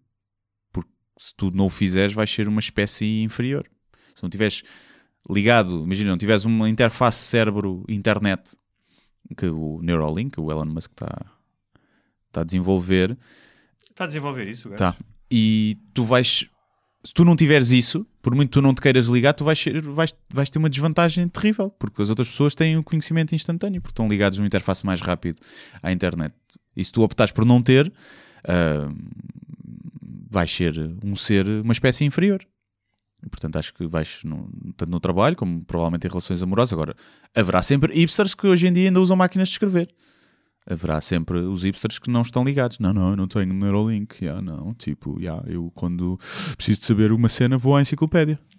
S4: Porque se tu não o fizeres, vais ser uma espécie inferior. Se não tiveres ligado, imagina, não tiveres uma interface cérebro-internet que o Neuralink, o Elon Musk está está a desenvolver,
S5: Está a desenvolver isso, gajo?
S4: Tá. E tu vais. Se tu não tiveres isso, por muito que tu não te queiras ligar, tu vais, ser- vais, vais ter uma desvantagem terrível, porque as outras pessoas têm o conhecimento instantâneo, porque estão ligados numa interface mais rápido à internet. E se tu optares por não ter, ah, vais ser um ser, uma espécie inferior. E, portanto, acho que vais, no, tanto no trabalho como provavelmente em relações amorosas. Agora, haverá sempre hipsters que hoje em dia ainda usam máquinas de escrever haverá sempre os hipsters que não estão ligados. Não, não, eu não tenho Neuralink. Yeah, não, tipo, yeah, eu quando preciso de saber uma cena vou à enciclopédia.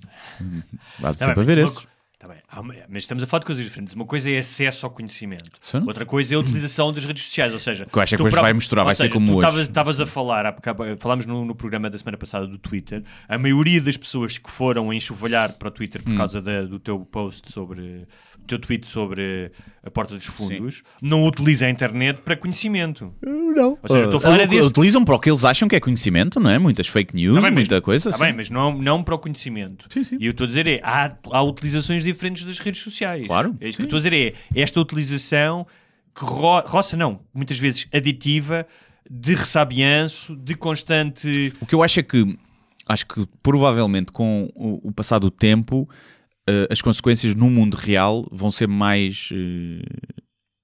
S4: Hum, Há de
S5: Tá
S4: sempre
S5: bem,
S4: a ver
S5: mas uma
S4: esses.
S5: co- tá bem. Há uma- Mas estamos a falar de coisas diferentes. Uma coisa é acesso ao conhecimento.
S4: Sim.
S5: Outra coisa é a utilização das redes sociais, ou seja...
S4: Que eu acho é que
S5: tu
S4: depois
S5: próprio-
S4: vai misturar,
S5: ou
S4: vai ser
S5: seja,
S4: como
S5: tu
S4: hoje.
S5: estavas- Estavas a falar, há bocado- falámos no, no programa da semana passada do Twitter, a maioria das pessoas que foram enxovalhar para o Twitter
S4: Hum.
S5: por causa da- do teu post sobre... do teu tweet sobre a Porta dos Fundos, não utiliza a internet para conhecimento.
S4: Não.
S5: é
S4: Ah,
S5: Ou seja, eu estou a falar é desse-
S4: Utilizam para o que eles acham que é conhecimento, não é? Muitas fake news,
S5: Tá bem, mas-
S4: muita coisa.
S5: Está
S4: assim.
S5: bem, mas não, não para o conhecimento.
S4: Sim, sim.
S5: E eu estou a dizer é, há, há utilizações diferentes das redes sociais.
S4: Claro,
S5: É isso
S4: sim.
S5: que eu estou a dizer é, esta utilização que ro roça, não, muitas vezes aditiva, de ressabianço, de constante...
S4: O que eu acho é que acho que provavelmente com o, o passar do tempo eh, as consequências no mundo real vão ser mais eh,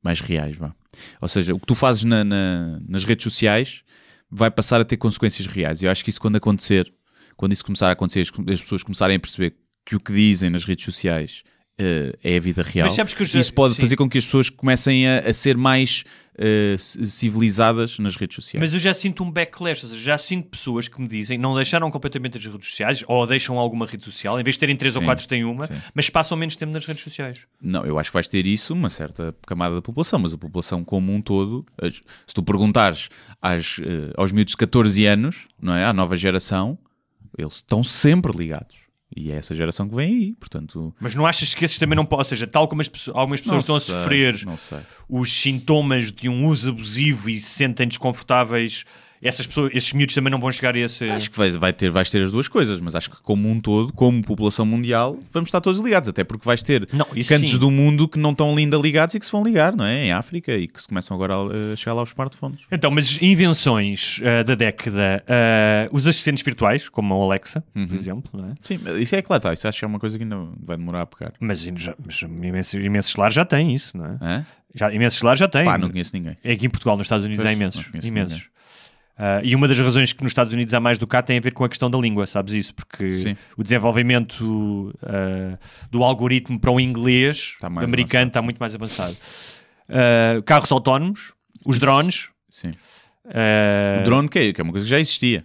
S4: mais reais, vá. Ou seja, o que tu fazes na- na- nas redes sociais vai passar a ter consequências reais. E Eu acho que isso quando acontecer, quando isso começar a acontecer, as, as pessoas começarem a perceber que o que dizem nas redes sociais eh, é a vida real.
S5: Mas sabes que eu já-
S4: Isso pode
S5: sim.
S4: fazer com que as pessoas comecem a, a ser mais eh, ci- civilizadas nas redes sociais.
S5: Mas eu já sinto um backlash, ou seja, já sinto pessoas que me dizem não deixaram completamente as redes sociais, ou deixam alguma rede social, em vez de terem três ou
S4: Sim,
S5: quatro têm uma,
S4: sim.
S5: mas passam menos tempo nas redes sociais.
S4: Não, eu acho que vais ter isso uma certa camada da população, mas a população como um todo, as- se tu perguntares às, eh, aos miúdos de 14 anos, não é? À nova geração, eles estão sempre ligados. E é essa geração que vem aí, portanto...
S5: Mas não achas que esses também não podem, ou seja, tal como as pessoas, algumas pessoas
S4: não
S5: estão
S4: sei,
S5: a sofrer
S4: Não sei.
S5: os sintomas de um uso abusivo e se sentem desconfortáveis essas pessoas, esses miúdos também não vão chegar a esse.
S4: Acho que vais, vai ter, vais ter as duas coisas, mas acho que como um todo, como população mundial, vamos estar todos ligados, até porque vais ter
S5: Não, isso
S4: cantos
S5: sim.
S4: do mundo que não estão ainda ligados e que se vão ligar, não é? Em África e que se começam agora a, a chegar lá aos smartphones.
S5: Então, mas invenções ah, da década, ah, os assistentes virtuais, como a Alexa,
S4: Uhum.
S5: por exemplo, não é?
S4: Sim, mas isso é que lá está, isso acho que é uma coisa que ainda vai demorar a pegar.
S5: Mas, in- já- mas imensos, imensos lares já têm isso, não é?
S4: Hã?
S5: Já, imensos lares já têm.
S4: Pá, não conheço ninguém.
S5: É aqui em Portugal, nos Estados Unidos
S4: Pois,
S5: há imensos.
S4: não conheço
S5: imensos.
S4: ninguém.
S5: Ah, e uma das razões que nos Estados Unidos há mais do cá tem a ver com a questão da língua, sabes isso? Porque
S4: Sim.
S5: o desenvolvimento ah, do algoritmo para o inglês
S4: Está Tá mais
S5: americano
S4: avançado,
S5: está muito mais avançado. Ah, carros autónomos, os drones.
S4: Sim.
S5: ah,
S4: O drone que é, que é uma coisa que já existia.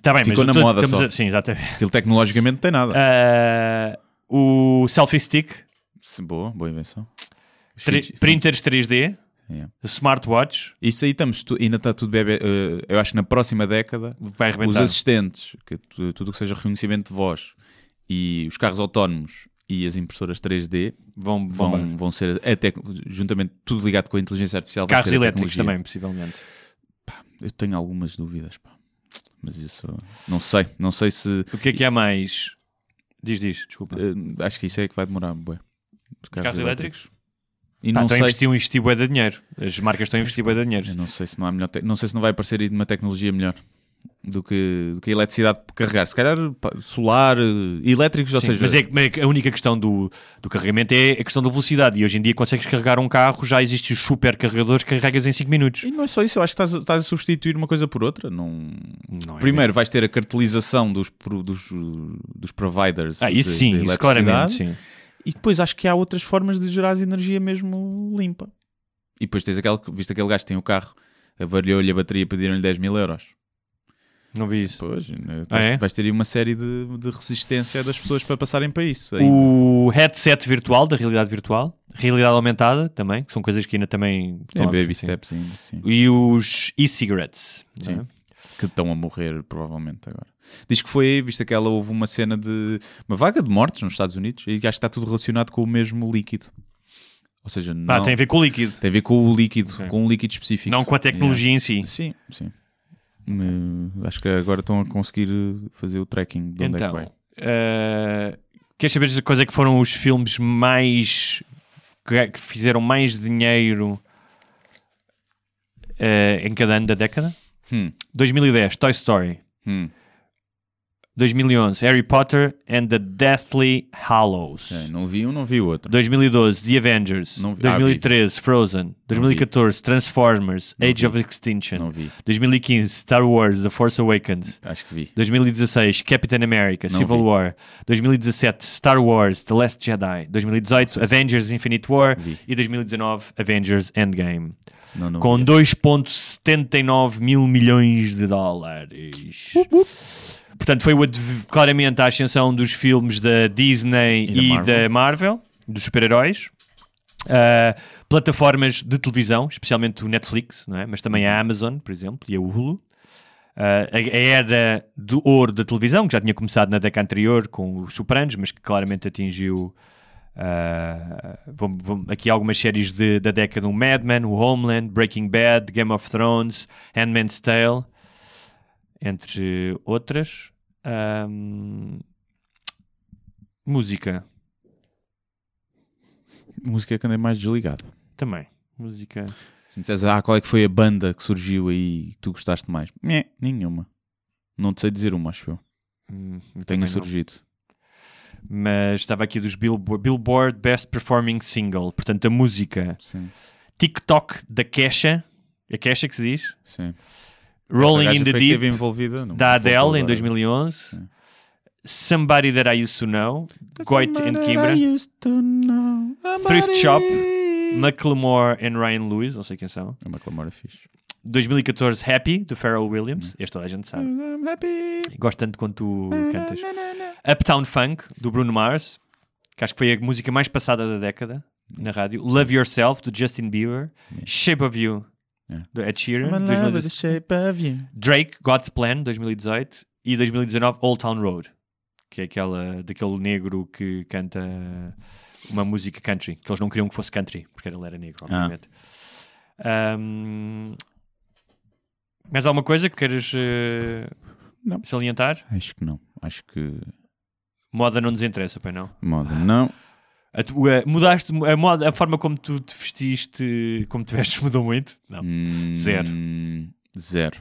S5: tá bem,
S4: ficou
S5: mas
S4: na
S5: eu tô-
S4: moda
S5: estamos
S4: só.
S5: a- sim, exatamente.
S4: Aquilo tecnologicamente não tem nada.
S5: Ah, o selfie stick,
S4: Se- Boa, boa invenção. Os
S5: tre-
S4: features-
S5: printers 3D,
S4: Yeah.
S5: smartwatch,
S4: Isso aí estamos, tu- ainda está tudo bebê. eh, eu acho que na próxima década
S5: vai
S4: os
S5: arrebentar.
S4: assistentes, que tu- tudo o que seja reconhecimento de voz e os carros autónomos e as impressoras 3D
S5: Vão, vão,
S4: vão, vão ser até juntamente tudo ligado com a inteligência artificial. vai
S5: Carros
S4: ser a
S5: elétricos
S4: tecnologia.
S5: também, possivelmente.
S4: Eu tenho algumas dúvidas, pá. Mas isso não sei, não sei se
S5: O que é que há mais? Diz, diz, desculpa.
S4: eh, acho que isso é que vai demorar. Bué. Os
S5: carros elétricos?
S4: E
S5: Pá,
S4: não
S5: estão a
S4: sei,
S5: investir, um investir bué de dinheiro. As marcas estão a investir bué de
S4: eu
S5: dinheiro.
S4: não sei se não há melhor, te- não sei se não vai aparecer aí uma tecnologia melhor. Do que, do que a eletricidade por carregar, se calhar pá, solar, eh, elétricos, ou
S5: Sim,
S4: seja,
S5: mas é que- mas é que a única questão do, do carregamento é a questão da velocidade. E hoje em dia consegues carregar um carro, já existem os supercarregadores que carregas em 5 minutos.
S4: E não é só isso, eu acho que estás, a- estás a substituir uma coisa por outra. Não...
S5: Não é
S4: Primeiro vais ter a cartelização dos, pro- dos, dos providers.
S5: Ah, isso
S4: de-
S5: sim,
S4: de
S5: isso
S4: eletricidade.
S5: claramente, sim.
S4: E depois acho que há outras formas de gerar energia mesmo limpa. E depois tens aquele, visto aquele gajo que tem o carro, avariou-lhe a bateria, pediram-lhe 10 mil euros.
S5: Não vi isso.
S4: Pois, né,
S5: Ah, é?
S4: vais ter aí uma série de, de resistência das pessoas para passarem para isso. ainda.
S5: O headset virtual, da realidade virtual. Realidade aumentada também, que são coisas que ainda também...
S4: É
S5: estão a-
S4: baby
S5: sim.
S4: steps ainda, sim.
S5: E os e-cigarettes. não é?
S4: Sim. que estão a morrer provavelmente agora. Diz que foi, visto aquela houve uma cena de uma vaga de mortes nos Estados Unidos e acho que está tudo relacionado com o mesmo líquido. Ou seja, não
S5: Ah, tem a ver com o líquido.
S4: tem a ver com o líquido,
S5: Ok.
S4: com um líquido específico.
S5: Não com a tecnologia em si.
S4: Sim, sim. Hum, acho que agora estão a conseguir eh, fazer o tracking de onde é que
S5: então,
S4: vai.
S5: eh, queres saber quais é que foram os filmes mais que, que fizeram mais dinheiro eh, em cada ano da década?
S4: Hum.
S5: 2010, Toy Story.
S4: Hum.
S5: 2011, Harry Potter and the Deathly Hallows.
S4: É, não vi um, não vi o outro.
S5: 2012, The Avengers.
S4: Não vi- ah, vi.
S5: 2013, Frozen. 2014, Transformers, Age of Extinction.
S4: Não vi. É.
S5: 2015, Star Wars, The Force Awakens.
S4: Acho que vi.
S5: 2016, Captain America,
S4: Não
S5: Civil
S4: vi.
S5: War. 2017, Star Wars, The Last Jedi. 2018, Avengers Infinite War.
S4: Vi.
S5: E 2019, Avengers Endgame.
S4: Não, não
S5: Com
S4: vi.
S5: 2,79 mil milhões de dólares. Portanto, foi o adv- claramente a ascensão dos filmes da Disney
S4: E da
S5: e,
S4: Marvel.
S5: da Marvel, dos super-heróis. Ah, plataformas de televisão, especialmente o Netflix, não é? mas também
S4: Uhum.
S5: a Amazon, por exemplo, e a Hulu. Ah, a, a era de ouro da televisão, que já tinha começado na década anterior com os Sopranos, mas que claramente atingiu ah, vou- vou- aqui algumas séries de- da década: o Mad Men, o Homeland, Breaking Bad, Game of Thrones, Handmaid's Tale, entre outras. Ahm, música
S4: Música que andei mais desligado.
S5: também. Música.
S4: Se me disseres, ah, qual é que foi a banda que surgiu aí que tu gostaste mais? Nhé, nenhuma. Não te sei dizer uma, acho eu.
S5: Hum, eu também
S4: Tenha
S5: não.
S4: surgido.
S5: Mas estava aqui dos Billboard, Billboard Best Performing Single, portanto a música.
S4: Sim,
S5: TikTok da Kesha, a Kesha que se diz,
S4: sim.
S5: Rolling in the
S4: Esteve
S5: Deep
S4: envolvida não-
S5: da
S4: não vou
S5: Adele em
S4: recordar.
S5: 2011, Somebody That I Used to Know, Goit and Kimbra,
S4: I used to know
S5: Thrift
S4: somebody.
S5: Shop, Macklemore and Ryan Lewis, não sei quem são,
S4: A Macklemore é fixe.
S5: 2014 Happy do Pharrell
S4: Hum.
S5: Williams, este toda a gente sabe,
S4: I'm happy.
S5: gosto tanto quando tu cantas, Uptown Funk do Bruno Mars, que acho que foi a música mais passada da década na rádio, Love Yourself do Justin Bieber, Shape of You
S4: Yeah.
S5: do Ed
S4: É. I'm
S5: Sheeran,
S4: in love
S5: 2016.
S4: with the shape of you.
S5: Drake, God's Plan, 2018, e 2019, Old Town Road, que é aquela daquele negro que canta uma música country, que eles não queriam que
S4: Ah.
S5: fosse country, porque ele era negro, obviamente. Ahm, Mais alguma coisa que queiras eh,
S4: Não.
S5: salientar?
S4: Acho que não. Acho que
S5: Moda não nos interessa, pai não.
S4: moda não.
S5: A tu- a- mudaste a, moda, a forma como tu te vestiste, como te vestes mudou muito? Não.
S4: Hum,
S5: Zero.
S4: Zero.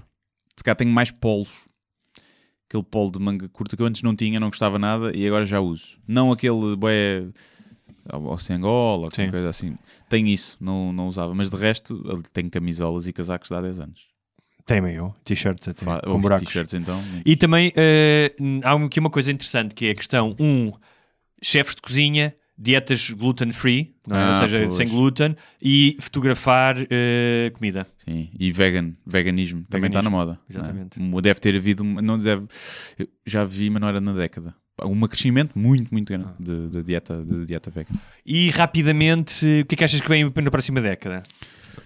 S4: Se cá tenho mais polos. Aquele polo de manga curta que eu antes não tinha, não gostava nada e agora já uso. Não aquele bué ao ao Sengola,
S5: Sim.
S4: alguma coisa assim. Tenho isso, não, não usava. Mas de resto, tenho camisolas e casacos de há 10 anos.
S5: Tem-me eu, t-shirt até,
S4: Fa-
S5: com
S4: ou
S5: buracos.
S4: T-shirts então.
S5: E também eh, há aqui uma coisa interessante que é a questão: um, chefes de cozinha, dietas gluten free, não é?
S4: Ah,
S5: ou seja,
S4: pois.
S5: sem glúten, e fotografar eh, comida.
S4: Sim, e vegan, veganismo também está na moda. não é?
S5: exatamente.
S4: Mo- Deve ter havido, uma- não deve, eu já vi, mas não era na década. Um crescimento muito, muito
S5: Ah.
S4: grande de, de dieta, de dieta vegan.
S5: E rapidamente, o que é que achas que vem na próxima década?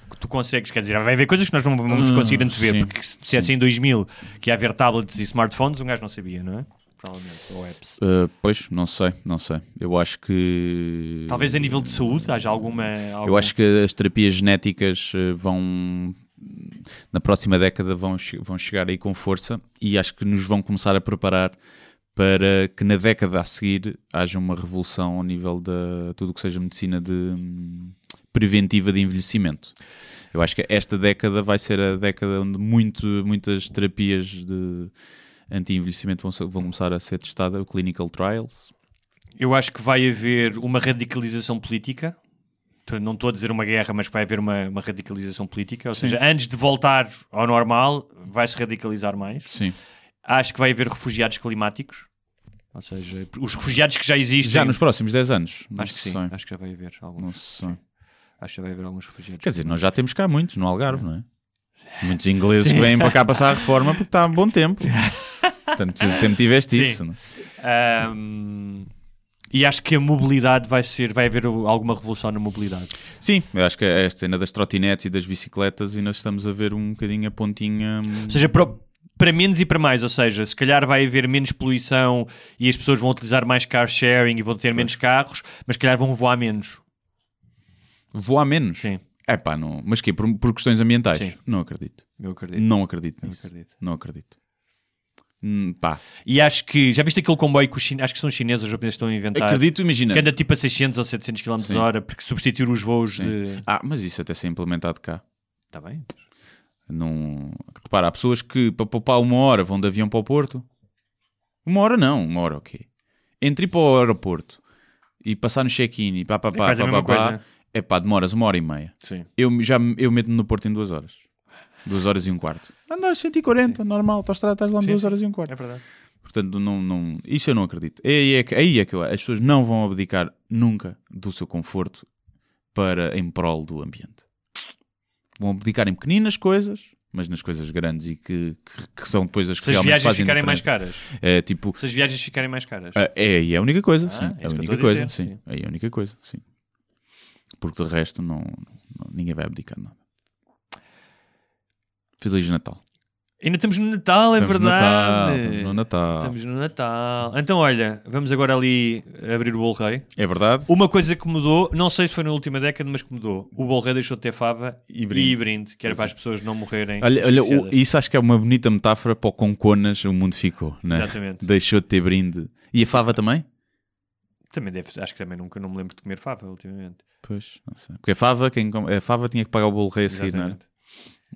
S5: Que tu consegues, quer dizer, vai haver coisas que nós não vamos
S4: Ah,
S5: conseguir antever,
S4: sim,
S5: porque se dissesse em 2000 que ia haver tablets e smartphones, um gajo não sabia, não é? Provavelmente, ou apps.
S4: Uh, pois, não sei, não sei. Eu acho que.
S5: Talvez a nível de saúde haja alguma.
S4: Eu acho que as terapias genéticas eh, vão. Na próxima década vão, che- vão chegar aí com força e acho que nos vão começar a preparar para que na década a seguir haja uma revolução ao nível da tudo o que seja medicina de hum, preventiva de envelhecimento. Eu acho que esta década vai ser a década onde muito, muitas terapias de anti-envelhecimento vão, ser- vão começar a ser testadas, o clinical trials.
S5: Eu acho que vai haver uma radicalização política. Tô- Não estou a dizer uma guerra, mas vai haver uma, uma radicalização política. Ou seja, antes de voltar ao normal, vai-se radicalizar mais.
S4: Sim.
S5: Acho que vai haver refugiados climáticos. Ou seja, os refugiados que já existem.
S4: Já nos próximos 10 anos. Não
S5: Acho que sim.
S4: sei.
S5: Acho que já vai haver alguns.
S4: Não sei.
S5: Sim. Acho que já vai haver alguns refugiados.
S4: Quer dizer, nós já temos cá muitos no Algarve, não é? Muitos ingleses que vêm para cá passar a reforma porque está a bom tempo. Portanto, tu sempre tiveste
S5: Sim.
S4: isso. não é?
S5: Ahm, e acho que a mobilidade vai ser. Vai haver o- alguma revolução na mobilidade.
S4: Sim, eu acho que a cena das trotinetes e das bicicletas ainda estamos a ver um bocadinho a pontinha. hum,
S5: Ou seja, para, o- para menos e para mais, ou seja, se calhar vai haver menos poluição e as pessoas vão utilizar mais car sharing e vão ter menos carros, mas se calhar vão voar menos.
S4: Voar menos.
S5: Sim.
S4: É pá, não. Mas quê? Por, por questões ambientais?
S5: Sim.
S4: Não acredito.
S5: Eu acredito.
S4: Não acredito nisso.
S5: acredito.
S4: Não acredito. Hum, pá,
S5: E acho que, já viste aquele comboio que os chineses, acho que são os chineses, os japoneses estão a inventar,
S4: acredito, imagina.
S5: Então, que anda tipo a 600 ou 700 km
S4: Sim.
S5: hora, porque substituir os voos de...
S4: Ah, mas isso até ser implementado cá.
S5: Está bem.
S4: Não... Repara, há pessoas que para poupar uma hora vão de avião para o Porto. Uma hora não, uma hora ok. Entre ir para o aeroporto e passar no check-in e pá pá pá,
S5: faz a
S4: pá,
S5: mesma
S4: pá, pá
S5: coisa.
S4: é pá, demoras uma hora e meia.
S5: Sim.
S4: Eu me- já me- eu meto-me no Porto em duas horas. Duas horas e um quarto. Andas 140, normal, autostrada estás lá em duas horas e um quarto.
S5: É verdade.
S4: Portanto, não, não, isso eu não acredito. Aí é, que, aí é que eu acho. As pessoas não vão abdicar nunca do seu conforto para em prol do ambiente. Vão abdicar em pequeninas coisas, mas nas coisas grandes e que, que, que são depois as que
S5: Se as
S4: realmente
S5: viagens
S4: fazem
S5: ficarem mais
S4: diferença.
S5: caras.
S4: É tipo,
S5: Se as viagens ficarem mais caras.
S4: ah, é, aí é a única coisa,
S5: Ah, é
S4: sim. É
S5: isso
S4: a
S5: que eu
S4: única
S5: estou a
S4: coisa,
S5: dizer,
S4: sim.
S5: sim.
S4: É a única coisa, sim. Porque de resto não, não- ninguém vai abdicar de nada. Feliz Natal.
S5: Ainda estamos no Natal, é
S4: Estamos no Natal,
S5: verdade.
S4: estamos no Natal.
S5: Estamos no Natal. Então, olha, vamos agora ali abrir o bolo rei.
S4: É verdade?
S5: Uma coisa que mudou, não sei se foi na última década, mas que mudou. O Bolré deixou de ter fava
S4: E
S5: e
S4: brinde.
S5: brinde, que era para as pessoas não morrerem.
S4: Olha, olha, o-
S5: asfixiadas.
S4: isso acho que é uma bonita metáfora para o Conconas o mundo ficou, né?
S5: Exatamente.
S4: Deixou de ter brinde. E a fava também?
S5: Também deve, acho que também nunca não me lembro de comer fava ultimamente.
S4: Pois, não sei. Porque a fava, quem, com- a fava tinha que pagar o bolo rei a seguir, não é? era?
S5: Exatamente.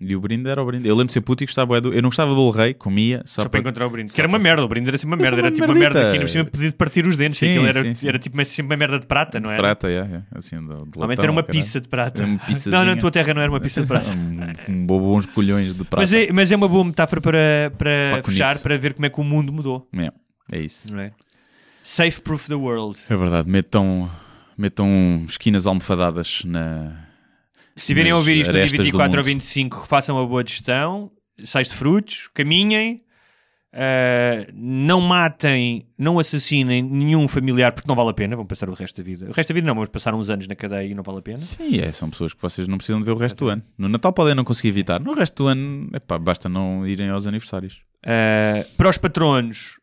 S4: E o brinde era o brinde. Eu lembro de ser puto e gostava bué do... Eu não gostava do bolo rei, comia, só,
S5: Só para encontrar o brinde. Que era uma merda, o brinde era sempre uma
S4: Mas
S5: merda.
S4: era
S5: Era
S4: uma
S5: tipo uma merda
S4: merdita.
S5: que ainda por cima podia partir os dentes.
S4: Sim,
S5: Aquilo era,
S4: sim, sim.
S5: era tipo mas sempre uma merda de prata, não
S4: de
S5: era?
S4: prata, yeah, yeah. assim, de, de
S5: Normalmente
S4: latão,
S5: era uma
S4: caralho.
S5: pizza de prata.
S4: Era uma
S5: não, não,
S4: pizzazinha.
S5: a tua terra não era uma pizza de prata.
S4: um, um bobons colhões de prata.
S5: Mas é, mas é uma boa metáfora para, para
S4: Para com
S5: fechar,
S4: isso.
S5: para ver como é que o mundo mudou,
S4: é... é isso.
S5: não é? Safe proof the world.
S4: É verdade, metam, metam esquinas almofadadas na...
S5: Se estiverem a ouvir
S4: nas
S5: isto no dia
S4: arestas do
S5: 24 ou
S4: mundo.
S5: 25, façam uma boa gestão, sais de frutos, caminhem, ah, não matem, não assassinem nenhum familiar, porque não vale a pena, vão passar o resto da vida. O resto da vida não, mas passar uns anos na cadeia e não vale a pena.
S4: Sim, é, são pessoas que vocês não precisam de ver o resto do ano. No Natal podem não conseguir evitar. No resto do ano, epá, basta não irem aos aniversários.
S5: Ah, para os patronos,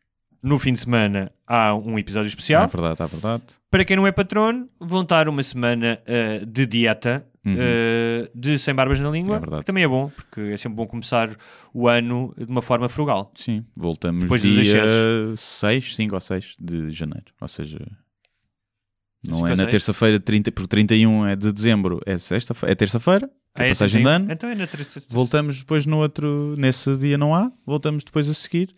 S5: no fim de semana há um episódio especial.
S4: É verdade, é verdade.
S5: Para quem não é patrono, vão estar uma semana ah, eh, de dieta eh, de Sem Barbas na Língua,
S4: Uhum. É verdade.
S5: que também é bom, porque é sempre bom começar o ano de uma forma frugal.
S4: Sim, voltamos
S5: Depois dos
S4: dia 6, 5 ou 6 de janeiro. Ou seja, não
S5: Cinco
S4: é
S5: ou
S4: na
S5: seis?
S4: terça-feira, 30, porque 31 é de dezembro, é sexta-feira, é terça-feira, que
S5: Ah,
S4: é
S5: é
S4: passagem de
S5: 31?
S4: ano.
S5: Então é na terça-
S4: Voltamos depois no outro, nesse dia não há, voltamos depois a seguir.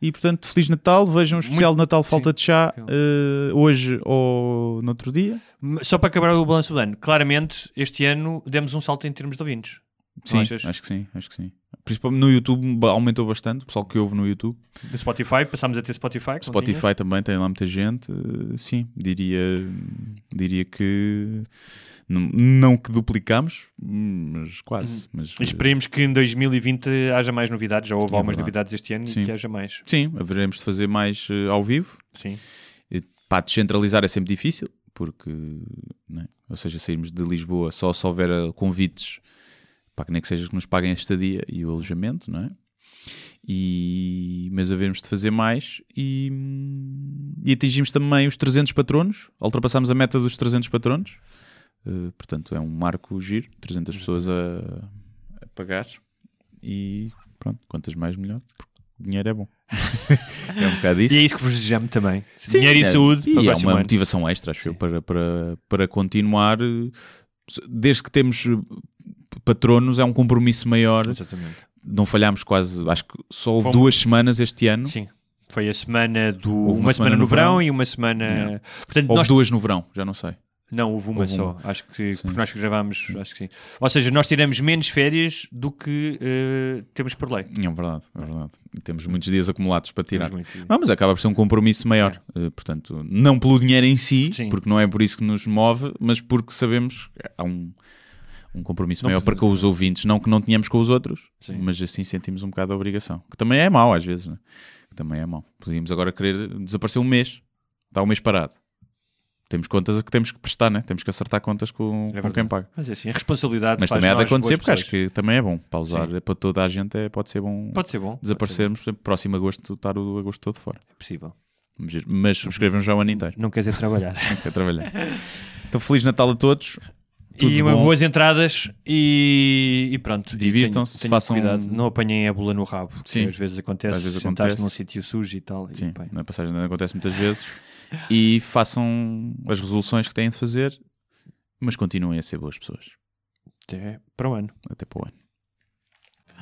S4: E portanto, Feliz Natal, vejam o especial de Natal Falta de Chá eh, hoje ou no outro dia.
S5: Só para acabar o balanço do ano, claramente este ano demos um salto em termos de ouvintes.
S4: Sim,
S5: achas?
S4: acho que sim, acho que sim. Principalmente no YouTube ba- aumentou bastante, o pessoal que ouve no YouTube.
S5: No Spotify, passámos a ter Spotify. que não tinha.
S4: Spotify também tem lá muita gente. eh, Sim, diria, diria que não, não que duplicamos, mas
S5: Hum.
S4: quase. Mas,
S5: E Esperemos que em 2020 haja mais novidades. Já houve
S4: É
S5: algumas
S4: verdade.
S5: novidades este ano
S4: Sim.
S5: e que haja mais.
S4: sim, haveremos de fazer mais eh, ao vivo.
S5: Sim.
S4: E, Pá, descentralizar é sempre difícil, porque, né? ou seja, sairmos de Lisboa só se houver eh, convites, pá, que nem que seja que nos paguem a estadia e o alojamento, não é? E, mas havermos de fazer mais e, e atingimos também os 300 patronos, ultrapassámos a meta dos 300 patronos, Eh, portanto é um marco giro, 300 pessoas a, a pagar e pronto, quantas mais melhor, porque dinheiro é bom. é um bocado isso.
S5: E é isso que vos desejamos também.
S4: Sim,
S5: Dinheiro e
S4: é.
S5: saúde. para o
S4: E é
S5: próximo
S4: uma
S5: ano.
S4: motivação extra, acho eu, para, para, para continuar. eh, se- Desde que temos eh, patronos, é um compromisso maior.
S5: Exatamente.
S4: Não falhámos quase, acho que só houve
S5: é- Fomos-
S4: duas semanas este ano.
S5: Sim. Foi a semana do.
S4: Houve
S5: uma, semana, no verão, e uma semana.
S4: Yeah.
S5: Portanto,
S4: Houve
S5: nós.
S4: duas no verão, já não sei.
S5: Não, houve uma
S4: Houve
S5: só.
S4: uma.
S5: Acho que.
S4: Sim.
S5: Porque nós que gravámos. Acho que sim. Ou seja, nós tiramos menos férias do que eh, temos por lei.
S4: É verdade, é verdade. Temos muitos dias acumulados para tirar.
S5: Temos muito.
S4: Não, mas acaba por ser um compromisso maior. Eh, portanto, não pelo dinheiro em si,
S5: É. Sim.
S4: porque não é por isso que nos move, mas porque sabemos que há um, um compromisso
S5: Não
S4: maior para com os ouvintes. Não que não tenhamos com os outros,
S5: Sim.
S4: mas assim sentimos um bocado a obrigação. Que também é mau às vezes, né? Que também é mau. Podíamos agora querer desaparecer um mês. Está um mês parado. Temos contas que temos que prestar, né? Temos que acertar contas com, com quem
S5: verdade.
S4: paga.
S5: Mas é assim, a responsabilidade.
S4: Mas
S5: faz
S4: também há de
S5: nós
S4: acontecer,
S5: boas
S4: porque acho
S5: pessoas.
S4: que também é bom. Pausar
S5: Sim.
S4: é para toda a gente é, pode ser bom
S5: Pode ser bom. pode ser
S4: desaparecermos. Por exemplo, Próximo agosto, estar o agosto todo fora.
S5: bom, É possível.
S4: Vamos ver. Mas subscrevam já o ano inteiro.
S5: Não quer dizer trabalhar.
S4: Quer trabalhar. Então, Feliz Natal a todos. Tudo
S5: e uma-
S4: bom.
S5: boas entradas e, e pronto. E
S4: Divirtam-se,
S5: tenham- tenham
S4: façam-
S5: cuidado, não apanhem a bola no rabo. que
S4: Sim.
S5: Às vezes acontece,
S4: Às vezes
S5: sentar-se
S4: acontece.
S5: num sítio sujo e tal.
S4: Sim,
S5: E, bem,
S4: na passagem de ano acontece muitas vezes. E façam as resoluções que têm de fazer, mas continuem a ser boas pessoas.
S5: até para o ano.
S4: Até para o ano.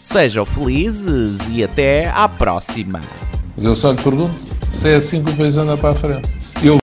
S6: Sejam felizes e até à próxima!
S2: Mas eu só lhe pergunto se é assim que o país anda para a frente.